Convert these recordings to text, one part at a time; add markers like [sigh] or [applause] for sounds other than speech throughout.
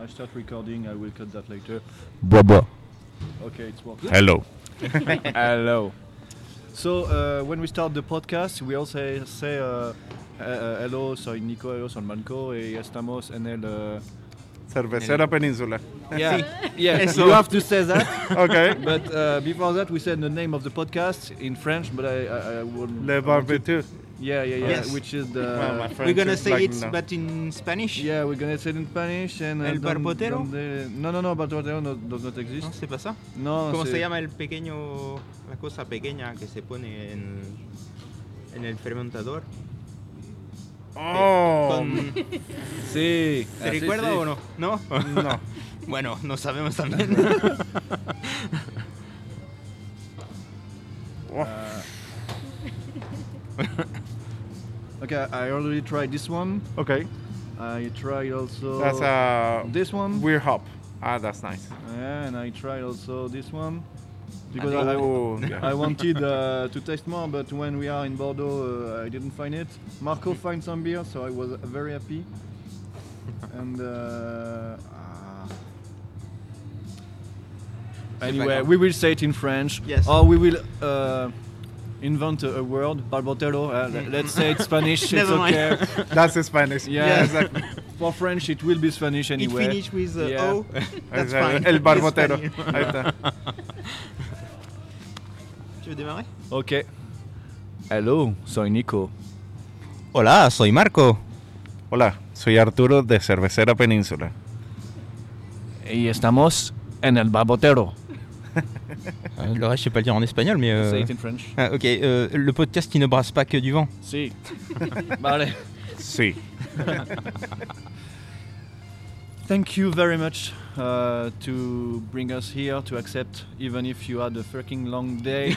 I start recording, I will cut that later. Blah blah. Okay, it's working. Hello. Hello. So uh, when we start the podcast, we also say, say uh, uh, hello, soy Nico, hello, soy Manco, y estamos en el... Uh, Cervecera Península. yeah, [laughs] yeah. Eso. You have to say that. [laughs] Okay. but uh, before that, we said the name of the podcast in French, but I, I, I would... Le barbecue. Yeah, yeah, yeah. Yes. Which is the... Well, my Uh, We're French gonna is say like it, no. but in Spanish. Yeah, we're gonna say it in Spanish and... El don- barbotero? donde- no, no, no, barbotero no, does not No, exist. c'est pas ça. No, ¿Cómo se- se llama el pequeño, la cosa pequeña que se pone en, en el fermentador? Oh. Con- mm. Ah, Sí. ¿Te recuerda o no? No. No. [laughs] bueno, no sabemos [laughs] también. Okay, I already tried this one. Okay. I tried also That's a this one. weird hop. Ah, that's nice. Yeah, and I tried also this one because I, Oh, yeah. I wanted uh, to taste more, but when we are in Bordeaux, uh, I didn't find it. Marco found some beer, so I was very happy. And uh, ah. anyway, we will say it in French, Yes. or we will uh, invent a, a word, barbotero. Uh, le- let's say it's Spanish. it's Never mind. okay. That's Spanish. Yeah. exactly. For French, it will be Spanish It anyway. finish with uh, Yeah. [laughs] O. [laughs] That's Exactly. fine. El It's barbotero. Spanish. Ahí está. Tu veux démarrer Ok. Hello, soy Nico. Hola, soy Marco. Hola, soy Arturo de Cervecera [laughs] Península. Y estamos en el babotero. Laura, je sais pas Ah, le dire en espagnol, mais. euh, Say it in French. ah, ok, euh, le podcast qui ne brasse pas que du vent. Sí. vale. [laughs] Sí. Thank you very much uh, to bring us here to accept, even if you had a fucking long day.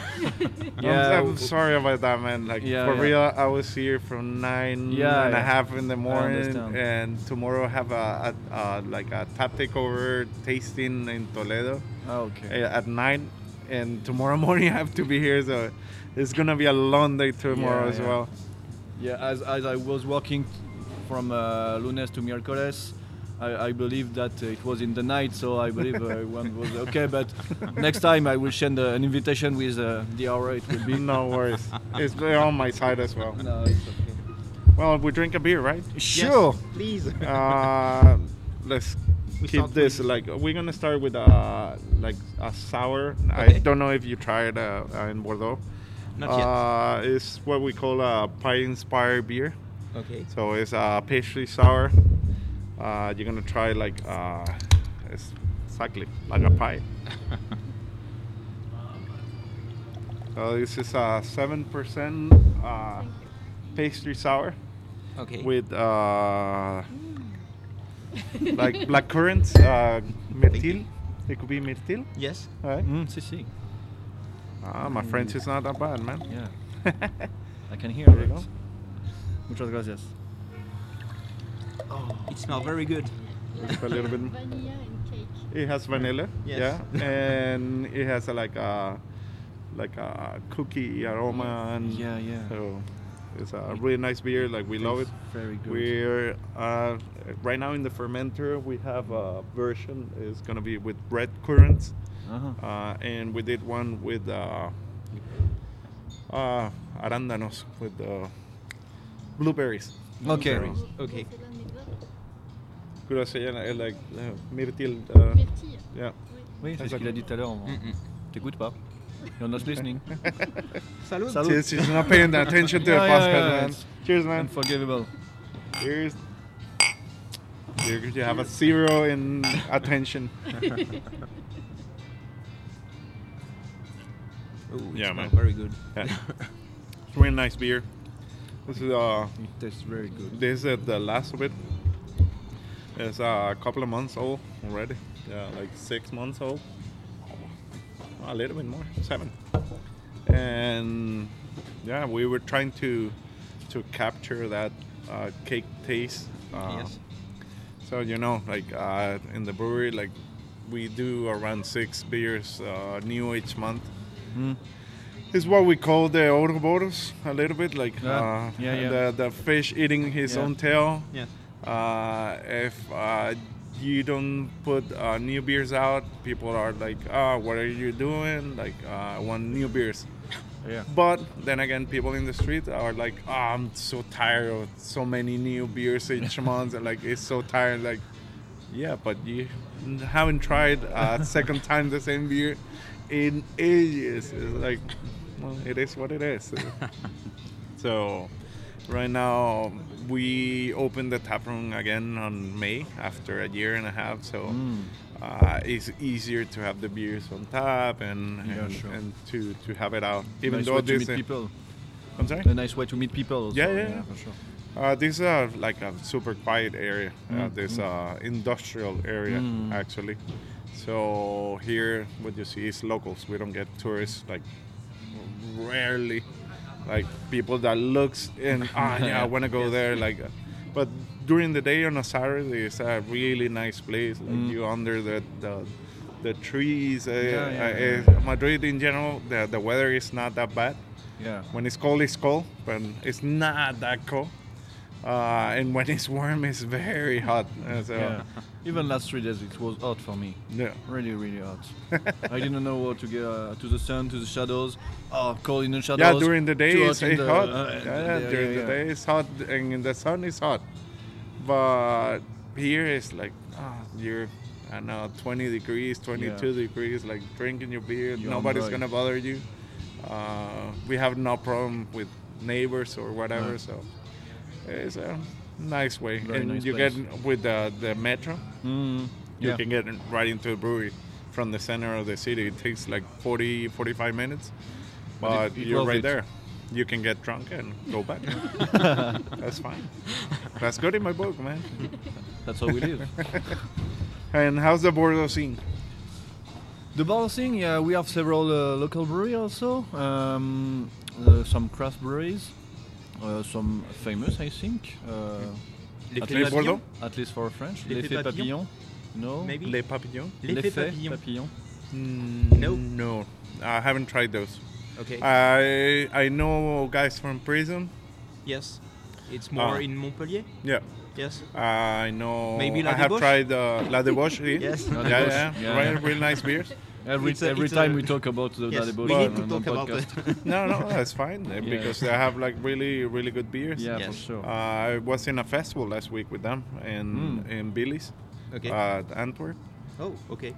I'm, I'm sorry about that, man. Like, Yeah, for yeah. real, I was here from nine Yeah, and a yeah. half in the morning, understand. and tomorrow I have a, a, a like a tap takeover tasting in Toledo Ah, uh, okay. at nine, and tomorrow [laughs] morning I have to be here, so it's gonna be a long day tomorrow Yeah, as yeah. well. Yeah, as, as I was walking from uh, lunes to miércoles, I, I believe that it was in the night, so I believe uh, one was okay. But next time I will send uh, an invitation with uh, the hour it will be. No [laughs] worries, it's they're on my side as well. No, it's okay. Well, we drink a beer, right? Sure. Ah. Please. Uh, let's We keep start this with- like we're gonna start with uh like a sour. I Okay. don't know if you tried uh, uh, in Bordeaux. Not yet. uh, It's what we call a pie-inspired beer. Okay. So it's a pastry sour. Uh, you're gonna try like uh, it's exactly like a [laughs] pie. so Uh, this is a seven percent uh, pastry sour Okay. with uh, [laughs] like black currants, uh, mirtil. It could be mirtil, Yes. right? Mm, si, si. Ah, my French is not that bad, man. Yeah. I can hear There you it. go. Muchas gracias. It smells very good. With a little bit. Vanilla and cake. [laughs] It has vanilla, Yes. [laughs] yeah, and it has a, like a like a cookie aroma and Yeah, yeah. So it's a really nice beer. Like we love it. Very good. We're uh, right now in the fermenter. We have a version. It's gonna be with red currants. Uh-huh. uh, and we did one with uh, uh, arandanos with uh, blueberries. Okay. So, Okay. could I say, uh, like uh, mirtil? Uh, Myrtille. yeah. [laughs] Oui, c'est ce qu'il a dit tout à l'heure. on- Mm-mm. T'écoutes pas. You're not listening. [laughs] Salud. Salud. She's, she's not [laughs] paying attention to the Yeah, yeah, podcast, yeah, man. it's Cheers, man. Unforgivable. Cheers. You're going to have a zero in [laughs] attention. Oh, it Yeah, smells man. Very good. Yeah. It's really nice beer. This is uh, It tastes very good. this is the last of it. It's uh, a couple of months old already. Yeah, like six months old. A little bit more, seven. And yeah, we were trying to to capture that uh, cake taste. Uh, yes. So you know, like uh, in the brewery, like we do around six beers uh, new each month. Mm. It's what we call the Ouroboros a little bit, like Yeah. uh, Yeah, yeah. The, the fish eating his Yeah. own tail. Yes. Uh, if uh, you don't put uh, new beers out, people are like, ah, what are you doing? Like, uh, I want new beers. Yeah. But then again, people in the street are like, oh, I'm so tired of so many new beers [laughs] each month. And like, it's so tired. Like, yeah, but you haven't tried [laughs] a second time the same beer in ages. It's like, well, it is what [laughs] it is. so, right now, we opened the tap room again on May after a year and a half. So, Mm. uh, it's easier to have the beers on tap and Yeah, and, sure. and to, to have it out. Even nice though way to this, meet people. I'm sorry, A nice way to meet people. Also. Yeah, yeah, yeah. for sure. uh, this is uh, like a super quiet area. Uh, Mm, this uh, industrial area Mm. actually. So here, what you see is locals. We don't get tourists like rarely, like people that looks [laughs] and ah yeah, I want to go there like. uh, But during the day on a Saturday, it's a really nice place. Like Mm. you under the the, the trees. Uh, Yeah, yeah, uh, yeah. uh, Madrid in general, the, the weather is not that bad. Yeah. When it's cold, it's cold, but it's not that cold. Uh, and when it's warm, it's very hot. Uh, so, yeah. Even last three days, it was hot for me. yeah. Really, really [laughs] hot. I didn't know what to get uh, to the sun, to the shadows. Oh, cold in the shadows. Yeah, during the day too it's hot in it's the- hot. uh, yeah, in yeah, yeah, during yeah. the day it's hot and in the sun it's hot. But here it's like ah, you're I don't know 20 degrees, 22 degrees, like drinking your beer. You Nobody's enjoy. gonna bother you. Uh, we have no problem with neighbors or whatever. No. So it's a nice way, Very and nice you place. get with the the metro. Mm, You yeah. can get in- right into a brewery from the center of the city. It takes like 40, 45 minutes, But it- but it uh, you're worth right it. there. You can get drunk and go [laughs] back. That's fine. That's good in my book, man. That's how we [laughs] live. And how's the Bordeaux scene? The ball thing, yeah, we have several uh, local breweries also, um, uh, some craft breweries, uh, some famous, I think. Uh, Les at, Faits least, Bordeaux? at least for French. Les Les Faits Faits Papillon. No. Maybe. Mm, Les Papillons? Les Faits Faits Papillon. Papillon. Nope. No, I haven't tried those. Okay. Ah. I I know guys from prison. yes. It's more Ah. in Montpellier. Yeah, Yes. I know. Maybe La I have Débauche? tried uh, La Debauche. [laughs] Yes. La yeah, yeah, Débauche, yeah. Right, real nice [laughs] beers. Every, It's a- every it's time a- we talk about the yes. Daddy We Boy need to on talk the about podcast. it. [laughs] No, no, that's fine eh, Yeah. because they have like really, really good beers. [laughs] Yeah, Yes. for sure. Uh, I was in a festival last week with them in Mm. in Billy's Hmm. okay. at Antwerp, oh, okay.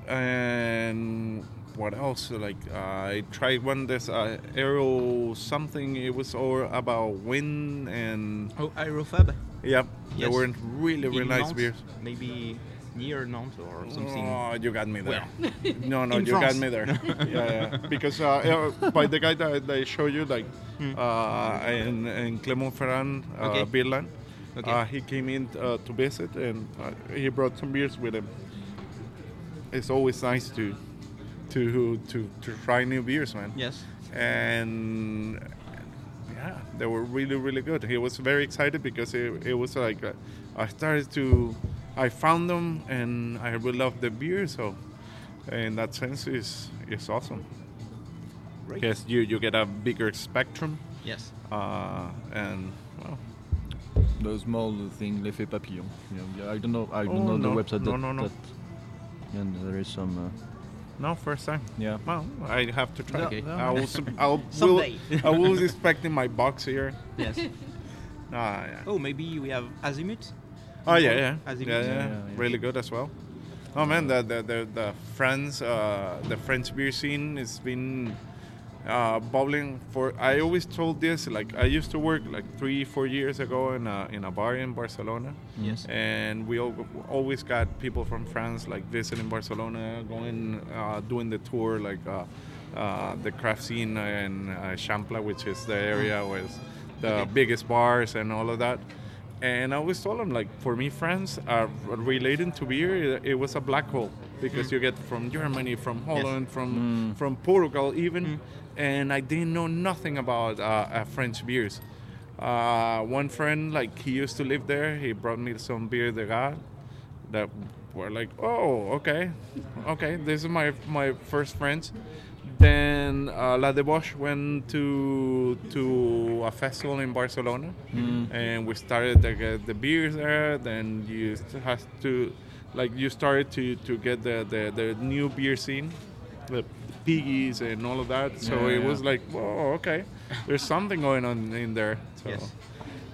and what else? Like uh, I tried one this uh, aero something. It was all about wind and Oh, Aerofab. yeah, they Yes. were really, really in nice Nantes, beers. Maybe near Nantes or something. Oh, you got me there. [laughs] no, no, In you France. got me [laughs] there. yeah, yeah. Because uh, uh, by the guy that, that I show you, like, uh, in, in Clermont Ferrand, uh, Okay. Beerland, Okay. uh, he came in uh, to visit and uh, he brought some beers with him. It's always nice to to to, to try new beers, man. Yes. And yeah, they were really, really good. He was very excited because it, it was like uh, I started to, I found them and I really loved the beer. So, in that sense, is is awesome. Right. Because you you get a bigger spectrum, Yes. uh, and well, The small thing, Les Faits Papillon. Yeah, yeah, I don't know. I don't know Oh, no. the website. No, that, no, no. That, and there is some. uh, no first time. Yeah. Well, I have to try. Yeah, Okay. yeah. I will. I will. Someday. I was expecting my box here. [laughs] Yes. Ah, yeah. oh, maybe we have Azimut. Oh yeah, yeah, yeah, As yeah, in Egypt. Yeah, yeah, yeah. really good as well. Oh man, the the the, the France, uh, the French beer scene has been uh, bubbling for. I always told this like I used to work like three four years ago in a in a bar in Barcelona, Yes. and we al- always got people from France like visiting Barcelona, going uh, doing the tour like uh, uh, the craft scene in uh, Champla, which is the area with the Okay. biggest bars and all of that. And I always told them like for me, France are relating to beer. It, it was a black hole because you get from Germany, from Holland, from from Portugal even, and I didn't know nothing about uh, uh, French beers. Uh, one friend, like he used to live there, he brought me some beer de gare that were like, oh, okay, okay, this is my my first French. Then uh, La Debauche went to to a festival in Barcelona, and we started to get the beers there. Then you s- has to like you started to to get the the, the new beer scene, the piggies and all of that. So Yeah, it yeah. was like, whoa, okay, there's something going on in there. So Yes.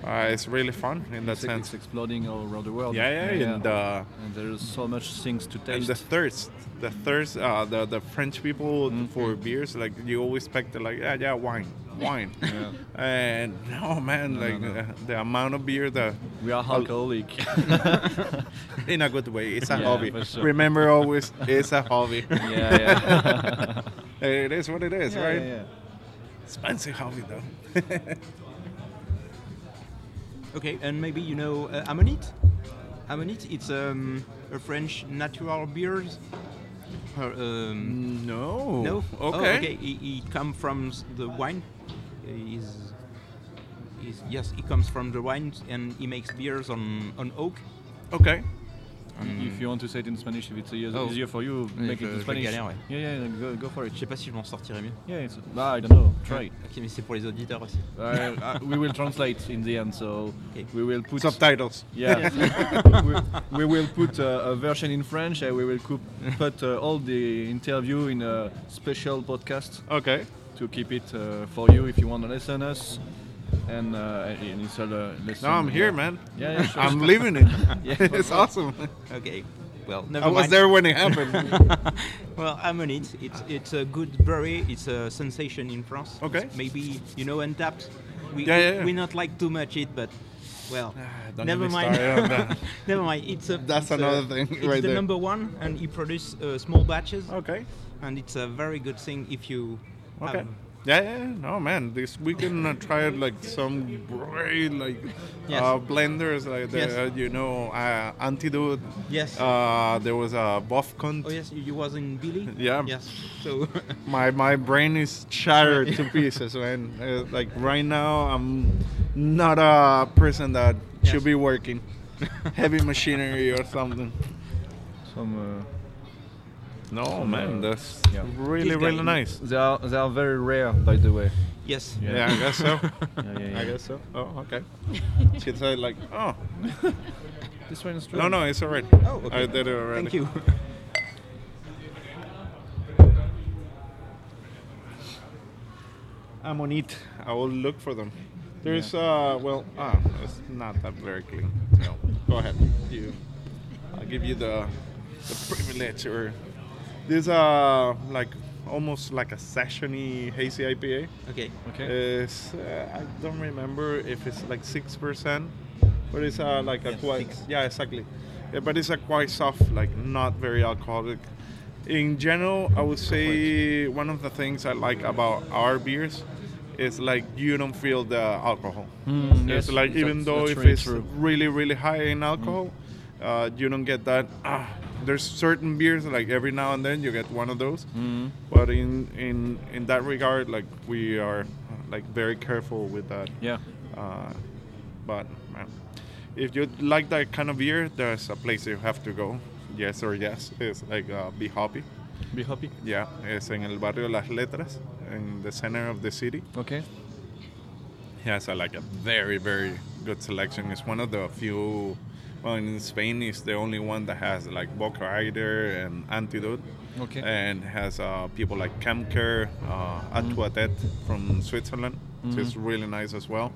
uh, it's really fun in that It's, it's sense. exploding all around the world. Yeah, yeah, and uh, And there's so much things to and taste. the thirst, the thirst, uh, the the French people for Mm-hmm. beers, like you always expect, like yeah, yeah, wine, wine, [laughs] Yeah. and no man, No, no, like no. uh, the [laughs] amount of beer that we are [laughs] alcoholic. [laughs] in a good way, it's a Yeah, hobby. for sure. Remember always, it's a hobby. [laughs] yeah, yeah. [laughs] it is what it is, Yeah, right? yeah, yeah. Expensive hobby though. [laughs] Okay, and maybe you know uh, Ammonite? Ammonite, it's um, a French natural beer. Uh, um, no. No. Okay. Oh, okay. He, he come from s- the wine. He's, he's, yes, he comes from the wine and he makes beers on, on oak. Okay. Mm. If you want to say it in Spanish, if it's easier, Oh. easier for you, Yeah, make it je- in je Spanish. galère, ouais. Yeah, yeah, go, go for it. Je sais pas si je m'en sortirais mieux. Yeah, it's, ah, I don't know. Try. [laughs] it. Ok, mais c'est pour les auditeurs aussi. Uh, uh, we will translate in the end, so Okay. we will put. Subtitles. [laughs] Yeah, [laughs] we, we will put uh, a version in French, and we will [laughs] coup- put uh, all the interview in a special podcast Okay. to keep it uh, for you if you want to listen us. And, uh, and it's all, uh, listen. No, I'm here, yeah. man. Yeah, yeah, sure. [laughs] I'm living it. Yeah. it's awesome. Okay, well, never I was mind. there when [laughs] it happened. well, Ammonite, it's, it's a good brewery. It's a sensation in France. Okay. It's maybe, you know, untapped. We, Yeah, yeah, yeah. we not like too much it, but, well, don't never get me mind. started on that. [laughs] never mind. It's a, That's it's a- another thing It's right the there. Oh. number one, and he produce uh, small batches. okay. and it's a very good thing if you Okay. have Um, Yeah, yeah, yeah. no man. This weekend I tried like some great like Yes. uh, blenders, like the, Yes. uh, you know, uh, antidote. Yes. Uh, there was a buff cunt. oh yes you, you was in Billy Yeah. yes so [laughs] My my brain is shattered to pieces, man. Uh, like right now, I'm not a person that Yes. should be working [laughs] heavy machinery or something. Some, uh, No, man, that's Yeah. really This guy- really nice. they are they are very rare, by the way. yes Yeah. Yeah, I guess [laughs] so. Yeah, [laughs] yeah, yeah. I guess so. Oh, okay. she said like, oh, This one is true. no, no, it's alright. oh okay I did it already. thank you Ammonite. I will look for them. There's uh well ah it's not that very clean. No. Go ahead. You I'll give you the the privilege or there's uh like almost like a sessiony hazy IPA. [laughs] okay Okay. It's, uh, I don't remember if it's like six percent, but it's uh, like a Yeah, quite six. yeah exactly, yeah, but it's a quite soft like not very alcoholic. In general, I would say one of the things I like about our beers is like you don't feel the alcohol. Mm, it's yes, like even that's- though that's if really it's true. Mm. really really high in alcohol, uh, you don't get that. Ah, there's certain beers like every now and then you get one of those. Mm. But in in in that regard, like we are like very careful with that. Yeah. Uh, but uh, if you like that kind of beer, there's a place you have to go. Yes or yes, it's like uh, Be Happy. Be happy. Yeah, it's in el barrio Las Letras, in the center of the city. Okay. He has a, like a very very good selection. It's one of the few. Well, in Spain, it's the only one that has like Boca Rider and Antidote Okay. and has uh, people like Kemker, uh, Mm-hmm. Atuatet from Switzerland. So it's really nice as well.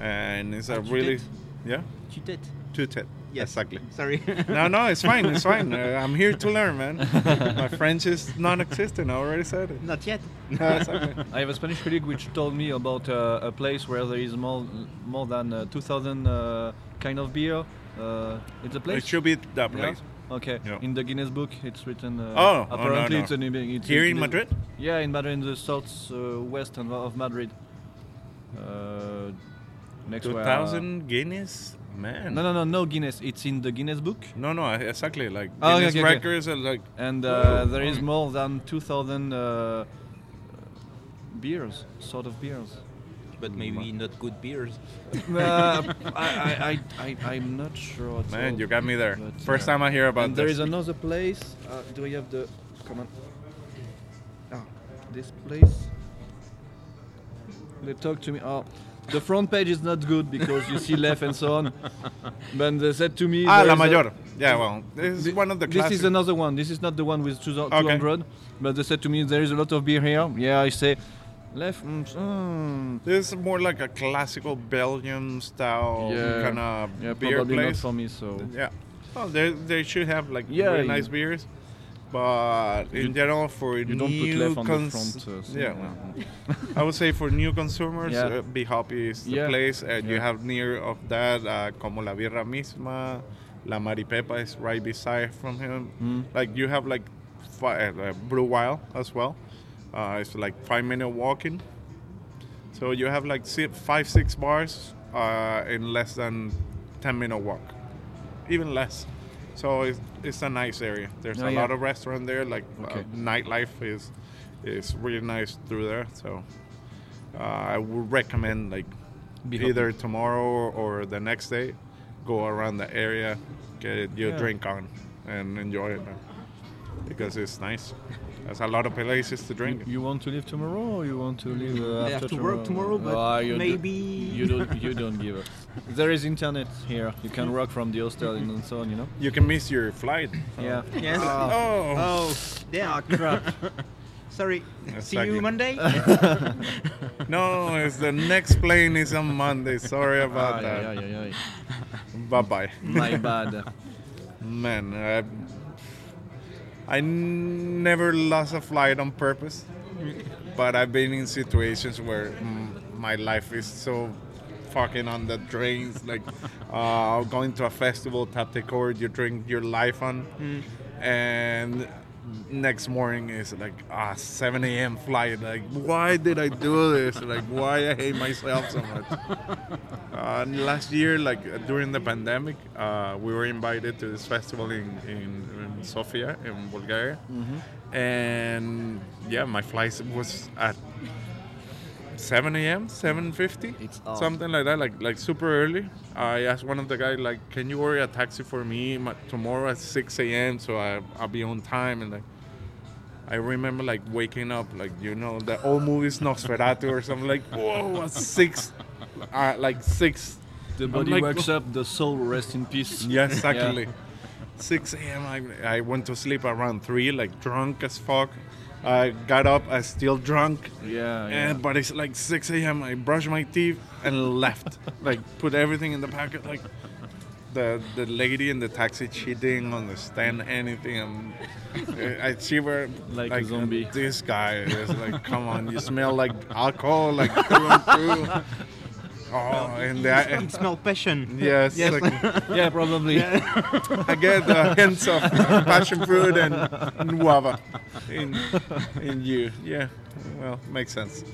And it's a Atuatet? really, yeah, tu tête Tutet. yes Exactly. sorry No, no, it's fine. It's fine. Uh, I'm here to learn, [laughs] man. My French is non-existent. I already said it. [laughs] not yet No, [laughs] exactly. I have a Spanish colleague which told me about uh, a place where there is more more than uh, 2,000 uh, kind of beer. Uh, it's a place. It should be that Yeah? place. Okay. Yeah. In the Guinness Book, it's written. Uh, Oh, oh, no, apparently no. it's an it's Here a- in Madrid? Yeah, in Madrid, in the south uh, west and- of Madrid. Uh, next where, uh, 2,000 guineas? Man. No, no, no, no Guinness. It's in the Guinness Book, No, no, I- exactly. Like, Oh, okay, Guinness okay, okay. records are like, and uh, Whoa, there is Oh, okay. more than 2,000 uh, beers, sort of [laughs] beers. but maybe not good beers Uh, I, I, I, I, I'm not sure. At man, all, you got me there. but, First uh, time I hear about and there this. is another place. Uh, do we have the? Come on. Ah, this place. They talk to me. Oh, The front page is not good because you see left and so [laughs] on. But they said to me, Ah, there La is a- Mayor. Yeah, well, this is Th- one of the This classics. is another one. This is not the one with 200, Okay. 200, but they said to me there is a lot of beer here. Yeah, I say left. Mm, mm. This is more like a classical Belgium style Yeah. kind of Yeah, beer probably not place. for me. So Yeah. Oh, they they should have like Yeah, really you- nice beers, but in You- general for you new don't put left on the cons- front. Uh, so, yeah, well, I would say for new consumers, Yeah. uh, Be Happy is the Yeah. place, and you Yeah. have near of that uh, como la birra misma, la maripepa is right beside from him. Mm. Like you have like fi- uh, brew wild as well. Uh, it's like five minute walking, so you have like si five six bars uh, in less than ten minute walk, even less. So it's, it's a nice area. There's Oh, a yeah. lot of restaurant there. Like uh, Okay. nightlife is is really nice through there. So uh, I would recommend like Be either tomorrow or the next day, go around the area, get your Yeah. drink on, and enjoy it, man. Because it's nice. There's a lot of places to drink. You, you want to leave tomorrow, or you want to leave uh, I have after to work tomorrow, but Ah, you do- maybe- you don't. You don't give [laughs] up. There is internet here. You can work from the hostel and so on. You know. Ah. You can miss your flight. Yeah. Yes. [laughs] Oh, Oh, damn. [laughs] Crap. Sorry. See Exactly. you [laughs] Monday. no! It's the next plane is on Monday. Sorry about Ay, that. ay, ay, ay. Bye bye. My bad. Man, I, I never lost a flight on purpose, but I've been in situations where mm, my life is so fucking on the drains. Like [laughs] uh, going to a festival, tap the cord, you drink your life on, and next morning is like ah 7 a.m. flight. Like why did I do this? Like why I hate myself so much. Uh, and last year, like uh, during the pandemic, uh, we were invited to this festival in, in, in Sofia, in Bulgaria. And yeah, my flight was at 7 a.m., 7.50, It's odd. something like that, like like super early. I asked one of the guys, like, can you order a taxi for me my, tomorrow at 6 a.m. so I, I'll be on time? And like, I remember like waking up, like you know, the old movies Nosferatu or something. Like whoa, at six, uh, like six. The I'm body like, wakes oh. up, the soul rests in peace. Yeah, exactly. Six a.m. I, I went to sleep around three, like drunk as fuck. I got up, I still drunk. Yeah, yeah. And, but it's like 6 a.m. I brushed my teeth and [laughs] left. like put everything in the pocket. Like the the lady in the taxi, she didn't understand anything. And I, I she were Like a zombie. This guy is like, come on, you smell like alcohol, like through and [laughs] through. Oh, and that. it smells passion. Yes, Yes. like- yeah, [laughs] probably. I get the [laughs] hints uh, of passion fruit and guava in, in you. Yeah, well, makes sense.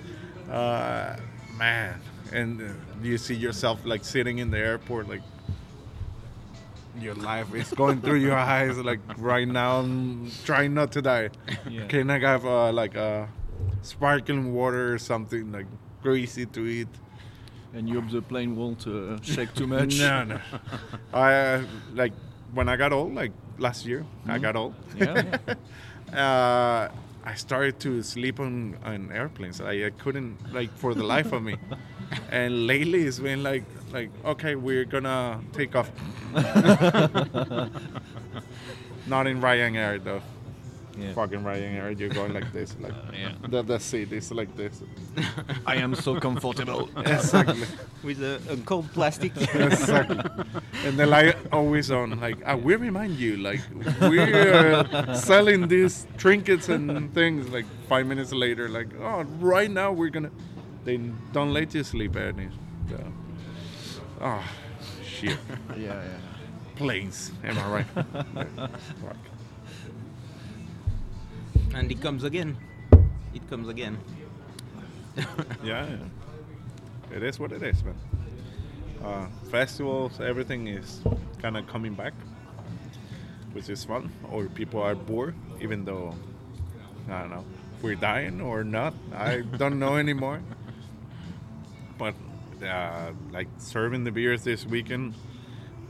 Uh, man, and uh, do you see yourself like sitting in the airport, like your life is going through your eyes, like right now, I'm trying not to die. Yeah. Can I have uh, like uh, sparkling water or something like greasy to eat? And you hope the plane won't uh, shake too much. No, no. I uh, like when I got old, like last year, I got old. Yeah. uh, I started to sleep on, on airplanes. I, I couldn't like for the [laughs] life of me. And lately, it's been like like okay, we're gonna take off. [laughs] Not in Ryanair though. Yeah. Oh, Fucking Ryanair, you're going like this, like Yeah. the, the seat is like [laughs] this. [laughs] I am so comfortable. Exactly. [laughs] With a, a cold plastic. [laughs] exactly. And the light always on. Like I will remind you, like we're selling these trinkets and things. Like five minutes later, like oh, right now we're gonna. They don't let you sleep, Ernie. So, oh, shit. yeah, yeah. Planes. Am I right? Fuck. and it comes again. It comes again. [laughs] yeah, yeah. It is what it is, man. Uh, festivals, everything is kind of coming back, which is fun. Or people are bored, even though I don't know we're dying or not. I don't know anymore. But uh, like serving the beers this weekend,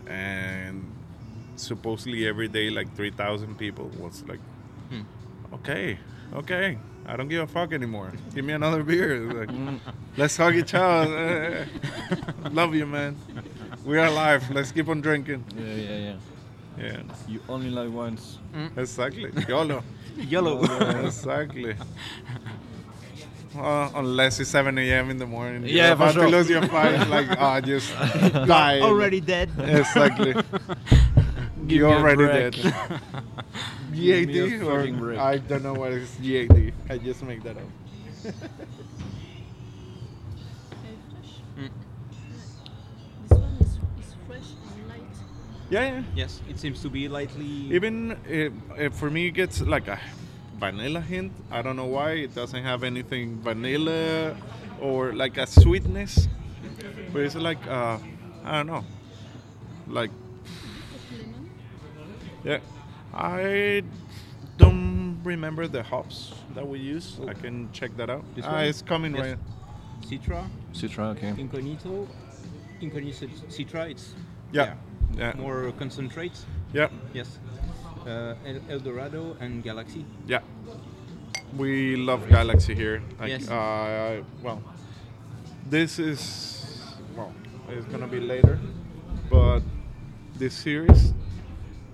and supposedly every day like three thousand people was like okay, okay, I don't give a fuck anymore. Give me another beer. It's like, Let's hug each other. [laughs] Love you, man. We are alive. Let's keep on drinking. Yeah, yeah, yeah. Yeah, You only live once. exactly. [laughs] YOLO. Yellow. exactly. Uh, unless it's 7 a.m. in the morning. You're Yeah, for about sure. to lose your fight. like, ah, just [laughs] [laughs] die. Already dead. Exactly. Give you me a already break. did. [laughs] Give me a GAD or fucking break. I don't know what is GAD. I just make that up. [laughs] fresh. Mm. This one is, is fresh and light. Yeah, yeah. [laughs] Yes, it seems to be lightly. Even if, if for me, it gets like a vanilla hint. I don't know why it doesn't have anything vanilla or like a sweetness, but it's like uh, I don't know, like Of lemon. yeah. I don't remember the hops that we use. I can check that out. This Ah, one? it's coming Yes. right. Citra, Citra, okay. Incognito, Incognito Citra. It's Yeah, yeah, yeah, more concentrate. yeah. Yes. Uh, El, El Dorado and Galaxy. We love Galaxy here. Like, Yes. Uh, I- well, this is well, it's gonna be later, but this series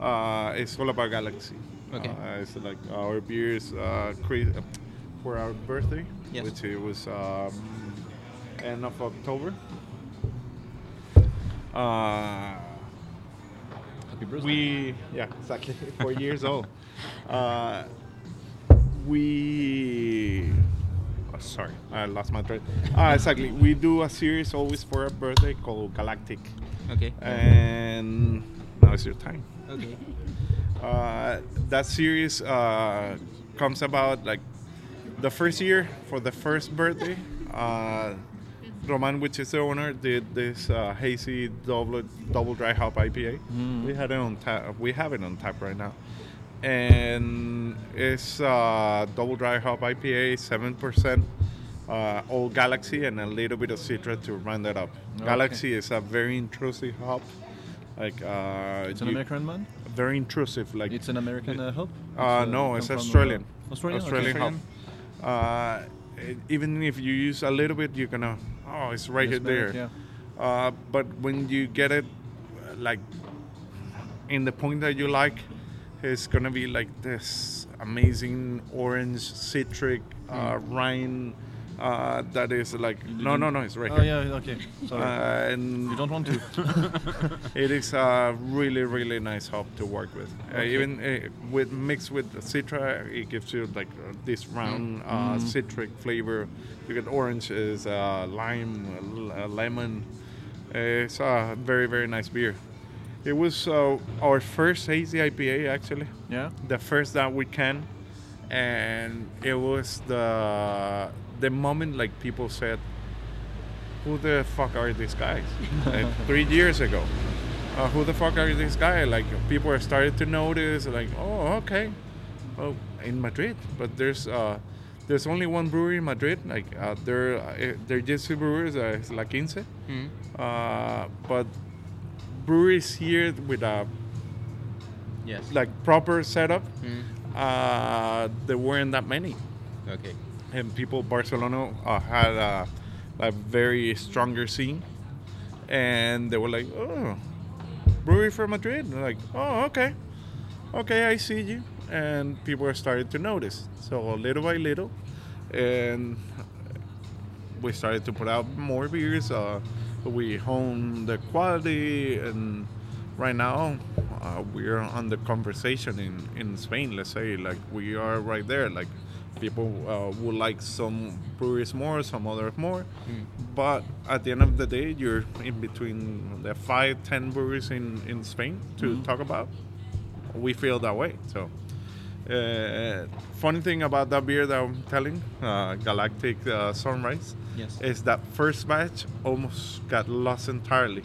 uh, is all about Galaxy. Okay. Uh, it's like our beers uh, cre- for our birthday, Yes. which it was um, end of October. Uh, Happy birthday. we yeah exactly [laughs] four years old uh, we oh, sorry i lost my thread uh, exactly we do a series always for a birthday called galactic Okay. and now is your time Okay. uh, that series uh, comes about like the first year for the first birthday. Uh, Roman, which is the owner, did this uh, hazy double double dry hop IPA. Mm. We had it on tap. We have it on tap right now, and it's uh, double dry hop IPA, seven percent. Uh, old Galaxy and a little bit of Citra to round that up. Okay. Galaxy is a very intrusive hop, like uh, It's an you- American man? very intrusive. Like It's an American uh, hub? uh, It's, no, come it's from, uh, Australian. Australian? Australian okay. hop. Uh, e- even if you use a little bit, you're gonna oh, it's right You here smell there. it, Uh, but when you get it, uh, like in the point that you like, it's gonna be like this amazing orange citric uh, Hmm. rind. Uh, that is like no, no, no, it's right Oh, here. yeah, okay. Sorry. Uh, and you don't [laughs] want to. it is a really, really nice hop to work with. Uh, even uh, with mixed with the citra, it gives you like uh, this round uh, citric flavor. You get oranges, uh, lime, uh, l- uh, lemon. Uh, it's a very, very nice beer. It was uh, our first hazy IPA actually, [laughs] yeah? the first that we can, and it was the the moment like people said, who the fuck are these guys? Like, three years ago. Uh, who the fuck are these guys? Like people are started to notice. Like, oh, okay. Oh, in Madrid, but there's uh, there's only one brewery in Madrid. Like uh, they're uh, they're just two brewers. Uh, it's La Quince. Uh, but breweries here with a Yes. like proper setup, Mm. uh, there weren't that many Okay. and people Barcelona uh, had a, a very stronger scene, and they were like, "Oh, brewery from Madrid," And like, "Oh, okay, okay, I see you," and people started to notice. So little by little, and we started to put out more beers. Uh, we honed the quality, and right now uh, we're on the conversation in, in Spain. Let's say like we are right there. Like people uh, would like some breweries more, some others more, but at the end of the day, you're in between the five, ten breweries in in Spain to talk about. We feel that way, so. Uh, funny thing about that beer that I'm telling, uh, Galactic uh, Sunrise, Yes. is that first batch almost got lost entirely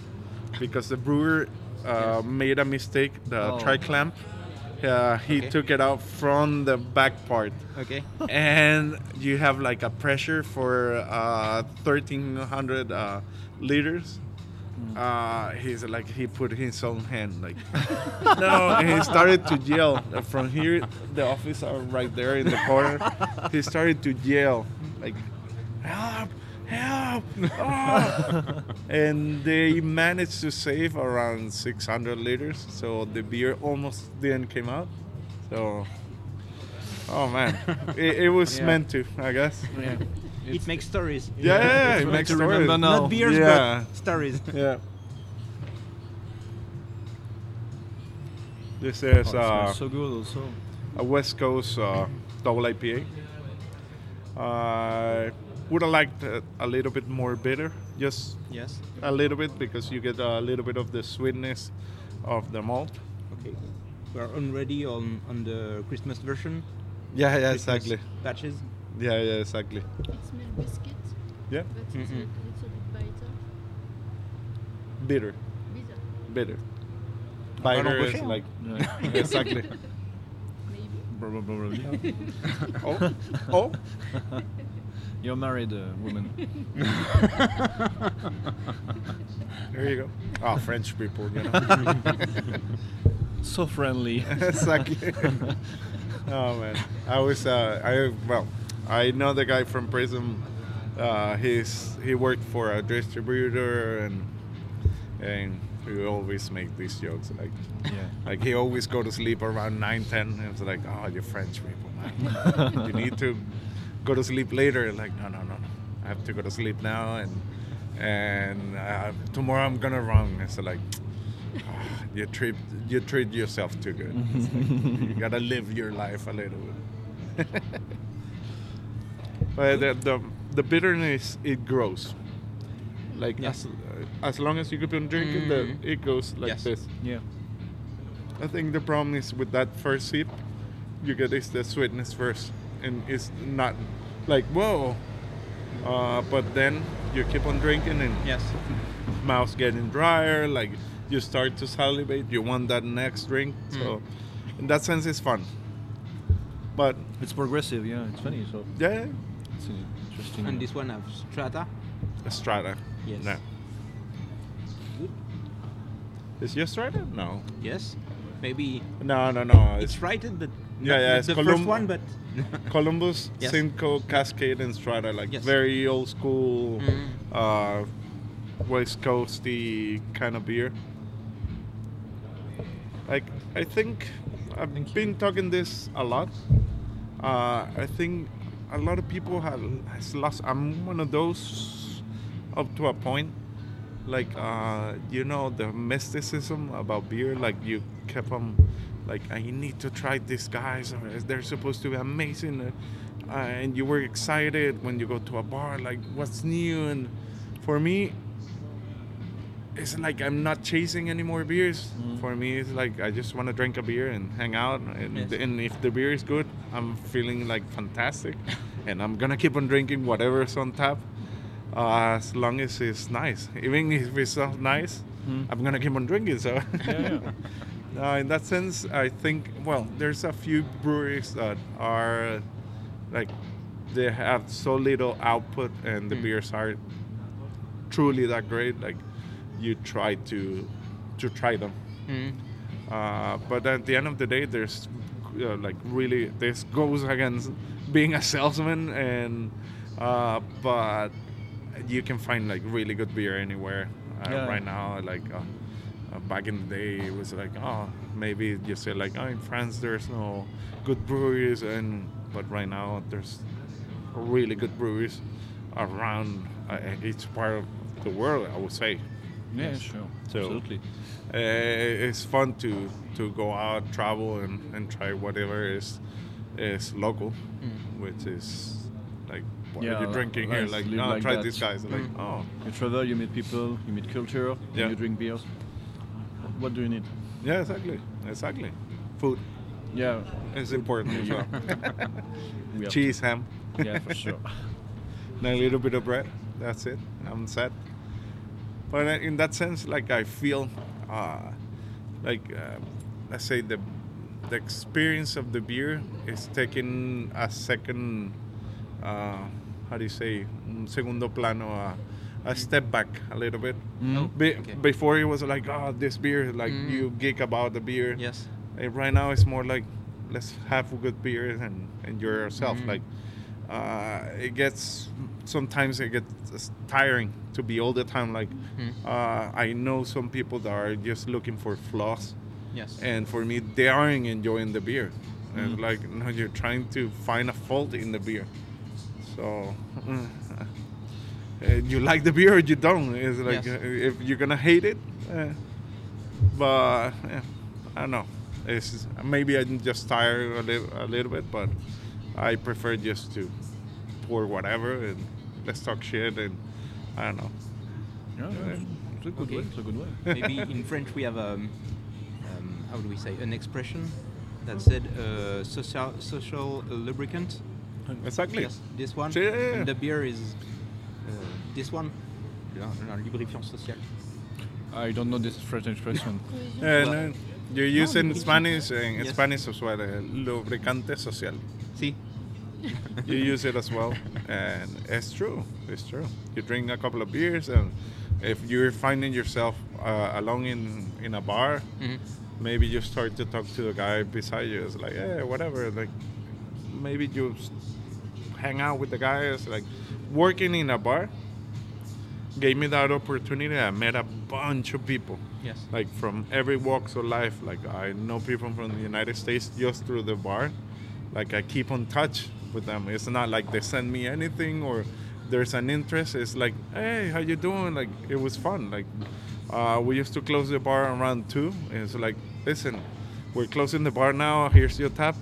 because the brewer uh, Yes. made a mistake. The Oh. tri clamp, uh, he Okay. took it out from the back part, Okay. and you have like a pressure for uh, 1300 uh, liters. Uh, he's like he put his own hand like [laughs] no and he started to yell from here the office are right there in the corner he started to yell like help help ah." and they managed to save around 600 liters so the beer almost didn't came out so oh [laughs] man it, it was Yeah. meant to i guess Yeah. it makes stories. yeah, yeah, yeah, it meant makes to stories. remember now. Not beers, Yeah. but stories. [laughs] Yeah. This is Oh, it uh, smells so good also. a West Coast uh, double IPA. I would have liked a, a little bit more bitter, just Yes. a little bit, because you get a little bit of the sweetness of the malt. Okay. We are already on on the Christmas version. Yeah, yeah, Christmas Batches. Yeah, yeah, exactly. It's milk biscuit, Yeah, but it's a Mhm. little bit bitter, bitter. Bitter, bitter. Bueno, Bitter pues is sí. like [laughs] Yeah. exactly. [laughs] maybe. Probably. [laughs] [laughs] Oh, [laughs] oh, You're married, uh, woman. there you go. [laughs] Ah, French people, you know. [laughs] So friendly. [laughs] [laughs] exactly. oh man, I was uh, I well, I know the guy from Prism. Uh, he's he worked for a distributor and and we always make these jokes like Yeah. like he always go to sleep around 9 10 and it's like oh you french people man you need to go to sleep later like no no no no i have to go to sleep now and and uh, tomorrow i'm gonna run it's like "Ah, [laughs] you treat you treat yourself too good It's like, you gotta live your life a little bit [laughs] but the, the the bitterness it grows like Yeah. as, uh, as long as you keep on drinking Mm. the, it goes like Yes. this Yeah. I think the problem is with that first sip, you get is the sweetness first, and it's not like whoa. Uh, but then you keep on drinking, and Yes. mouth's getting drier. Like you start to salivate. You want that next drink. Hmm. So, in that sense, it's fun. But It's progressive. Yeah. It's funny. So yeah, it's an interesting. And this one have strata. Strata. Yes. No. Good. Is your Strata? No. Yes. Maybe No, no, no. it's righted, but Yeah, not yeah, the- it's the Colum- first one, [laughs] but Columbus, Yes. Simcoe, Cascade, and Strata, like Yes. very old school, Mm. uh, West Coasty kind of beer. Like I think I've been talking this a lot. Uh, I think a lot of people have has lost. I'm one of those up to a point. Like uh, you know the mysticism about beer. Like you kept on, like I need to try these guys. Or they're supposed to be amazing, uh, and you were excited when you go to a bar. Like what's new? And for me, it's like I'm not chasing any more beers. For me, it's like I just want to drink a beer and hang out. And, Yes. and if the beer is good, I'm feeling like fantastic. and I'm going to keep on drinking whatever's on tap uh, as long as it's nice. Even if it's not nice, I'm going to keep on drinking. So, [laughs] Uh, in that sense, I think, well, there's a few breweries that are like they have so little output and the beers are truly that great like you try to to try them [laughs] Mm. uh, but at the end of the day there's uh, like really this goes against being a salesman and uh, but you can find like really good beer anywhere uh, Yeah. right now like uh, uh, back in the day it was like oh maybe you say like oh in france there's no good breweries and but right now there's really good breweries around uh, each part of the world i would say Yeah. Sure. So- Absolutely. uh, it's fun to to go out travel and, and try whatever is is local mm. which is like what Yeah, are you drinking here let's like live no like try that. these guys like Mm. oh You travel. You meet people. You meet culture. Yeah. And you drink beers. What do you need? yeah exactly exactly food Yeah. is important as well. [laughs] We have cheese ham to- Yeah, for [laughs] sure. and a little bit of bread that's it i'm set but uh, in that sense like i feel uh, like uh, let's say the the experience of the beer is taking a second uh, how do you say un segundo plano a, I step back a little bit. Mm. Be- Mm. Okay. Before it was like, oh, this beer, like Mm. you geek about the beer. Yes. And right now it's more like, let's have a good beer and enjoy yourself. Mm. Like, uh, it gets sometimes it gets tiring to be all the time. Like, Mm. uh, I know some people that are just looking for flaws, Yes. and [laughs] for me, they aren't enjoying the beer. And Mm. like, no, you're trying to find a fault in the beer. So. [laughs] mm, uh, you like the beer or you don't. It's like Yes. uh, if you're gonna hate it, uh, but yeah, I don't know. It's maybe I'm just tired a little, a little bit, but I prefer just to pour whatever and let's talk shit and I don't know. Yeah, yeah, it's a good Okay. way. It's a good way. Maybe in French we have um, um, how do we say an expression that said uh, social social lubricant. Exactly. Yes, this one. Yeah, yeah, yeah. And the beer is uh, this one. Un, un lubrifiant social. I don't know this French [laughs] expression. Cohésion. And uh, you use in you- Spanish and Yes. Spanish as well, uh, lubricante social. See. you use it as well and it's true it's true you drink a couple of beers and if you're finding yourself uh, alone in in a bar Mhm. maybe you start to talk to the guy beside you it's like yeah whatever like maybe you s- hang out with the guys like working in a bar gave me that opportunity i met a bunch of people Yes. like from every walks of life. Like I know people from the United States just through the bar. Like I keep in touch with them. It's not like they send me anything or there's an interest. It's like, hey, how you doing? Like it was fun. Like uh, we used to close the bar around two. And it's like, listen, we're closing the bar now. Here's your tap,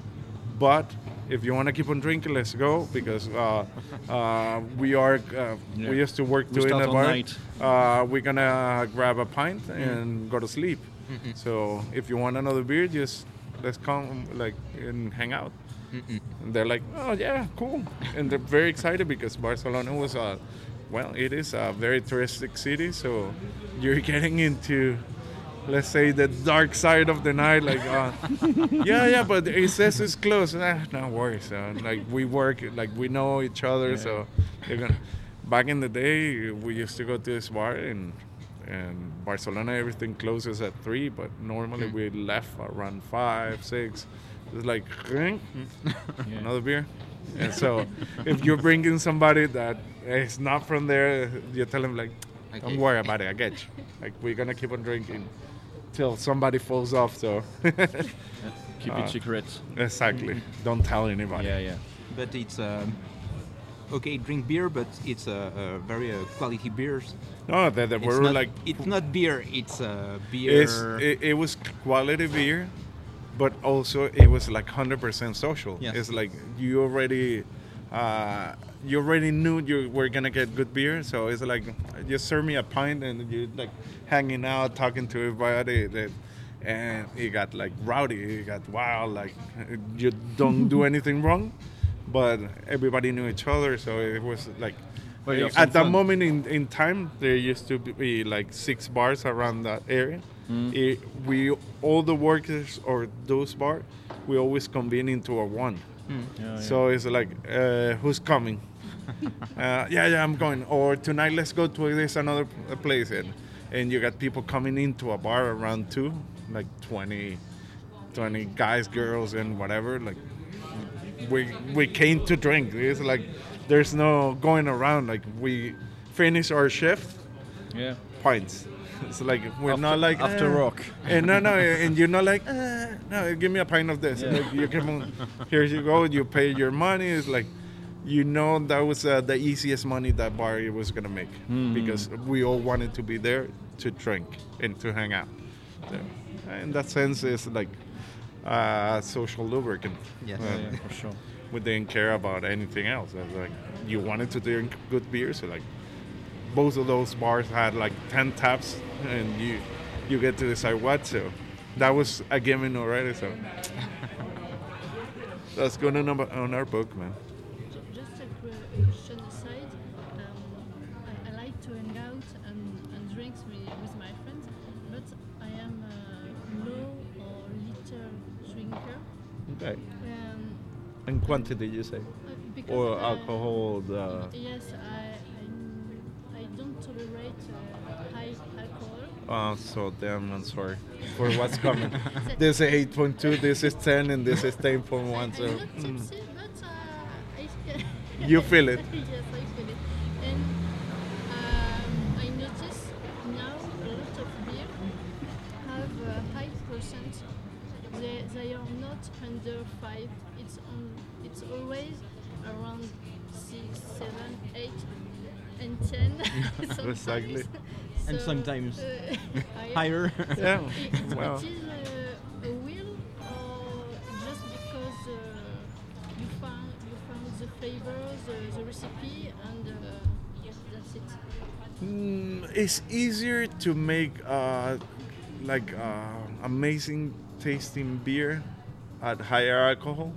but. If you want to keep on drinking, let's go because uh, uh, we are. Uh, We Yeah. used to work We doing start the all bar night. Mm-hmm. uh, we're gonna grab a pint and go to sleep. So if you want another beer, just let's come like and hang out. And they're like, oh yeah, cool, and they're very excited because Barcelona was a, well, it is a very touristic city, so you're [laughs] getting into. Let's say the dark side of the night, like uh, [laughs] yeah, yeah, but it says it's closed. Nah, no worries. Uh, like we work, like we know each other, so they're gonna. Back in the day, we used to go to this bar and and Barcelona. Everything closes at three, but normally we left around five, six. It's like another beer. And so, if you're bringing somebody that is not from there, you tell them like, Okay. "Don't worry about it. I get you. Like we're gonna keep on drinking till somebody falls off." So. [laughs] Keep Uh, it secret. Exactly. Don't tell anybody. Yeah, yeah. But it's um, okay. Drink beer, but it's a, a very uh, quality beers. No, that, that It's were not, like it's not beer. It's uh, beer. it's, it, it was quality beer, but also it was like hundred percent social. Yes. It's like you already uh, you already knew you were gonna get good beer, so it's like just serve me a pint and you like hanging out, talking to everybody. That, and it got like rowdy, it got wild. Like you don't do anything wrong, but everybody knew each other, so it was like. Well, you have some at that fun. moment. moment in, in time, there used to be like six bars around that area. Mm. It, we all the workers or those bars, we always convene into a one. Yeah, yeah. So it's like, uh, [laughs] who's coming? uh, yeah, yeah, I'm going. Or tonight, let's go to this another p- place. And, and you got people coming into a bar around two, like 20, 20 guys, girls, and whatever. Like, we we came to drink. It's like there's no going around. Like we finish our shift, yeah. pints. [laughs] It's like we're After- not like after "Eh." rock. And no, no, and you're not [laughs] like "Eh, no. Give me a pint of this. Yeah. Like, you come on, here you go. You pay your money. It's like you know that was uh, the easiest money that bar was gonna make Hmm. because we all wanted to be there to drink and to hang out. So, in that sense, it's like uh, social lubricant. Yes. Uh, Yeah, yeah, for sure. we didn't care about anything else. It was like you wanted to drink good beer, so like both of those bars had like ten taps, and you you get to decide what. So that was a given already. [laughs] So that's going on our- on our book, man. Ju- Just a que- a question aside. Um, I, I like to hang out and, and drinks with, with my friends, but I am a low or little drinker. Okay. Um, And quantity, you say, uh, because or I- alcohol? The Yes, I, I, I don't tolerate uh, Oh, so damn, I'm sorry for what's coming. this is 8.2, this is 10, and this is 10.1. I'm So not tipsy, but uh, I feel Mm. [laughs] You feel it. yes, I feel it. And um, I notice now a lot of beer have a high percent. They, they are not under five. It's on. It's always around six, seven, eight, and ten. [laughs] [laughs] sometimes. Exactly. And So, sometimes uh, [laughs] higher. [laughs] yeah, it, [laughs] [laughs] it- well, it is uh, a will or just because uh, you found you found the flavor, the, the recipe, and uh, that's it. mm, it's easier to make uh, like uh, amazing tasting beer at higher alcohol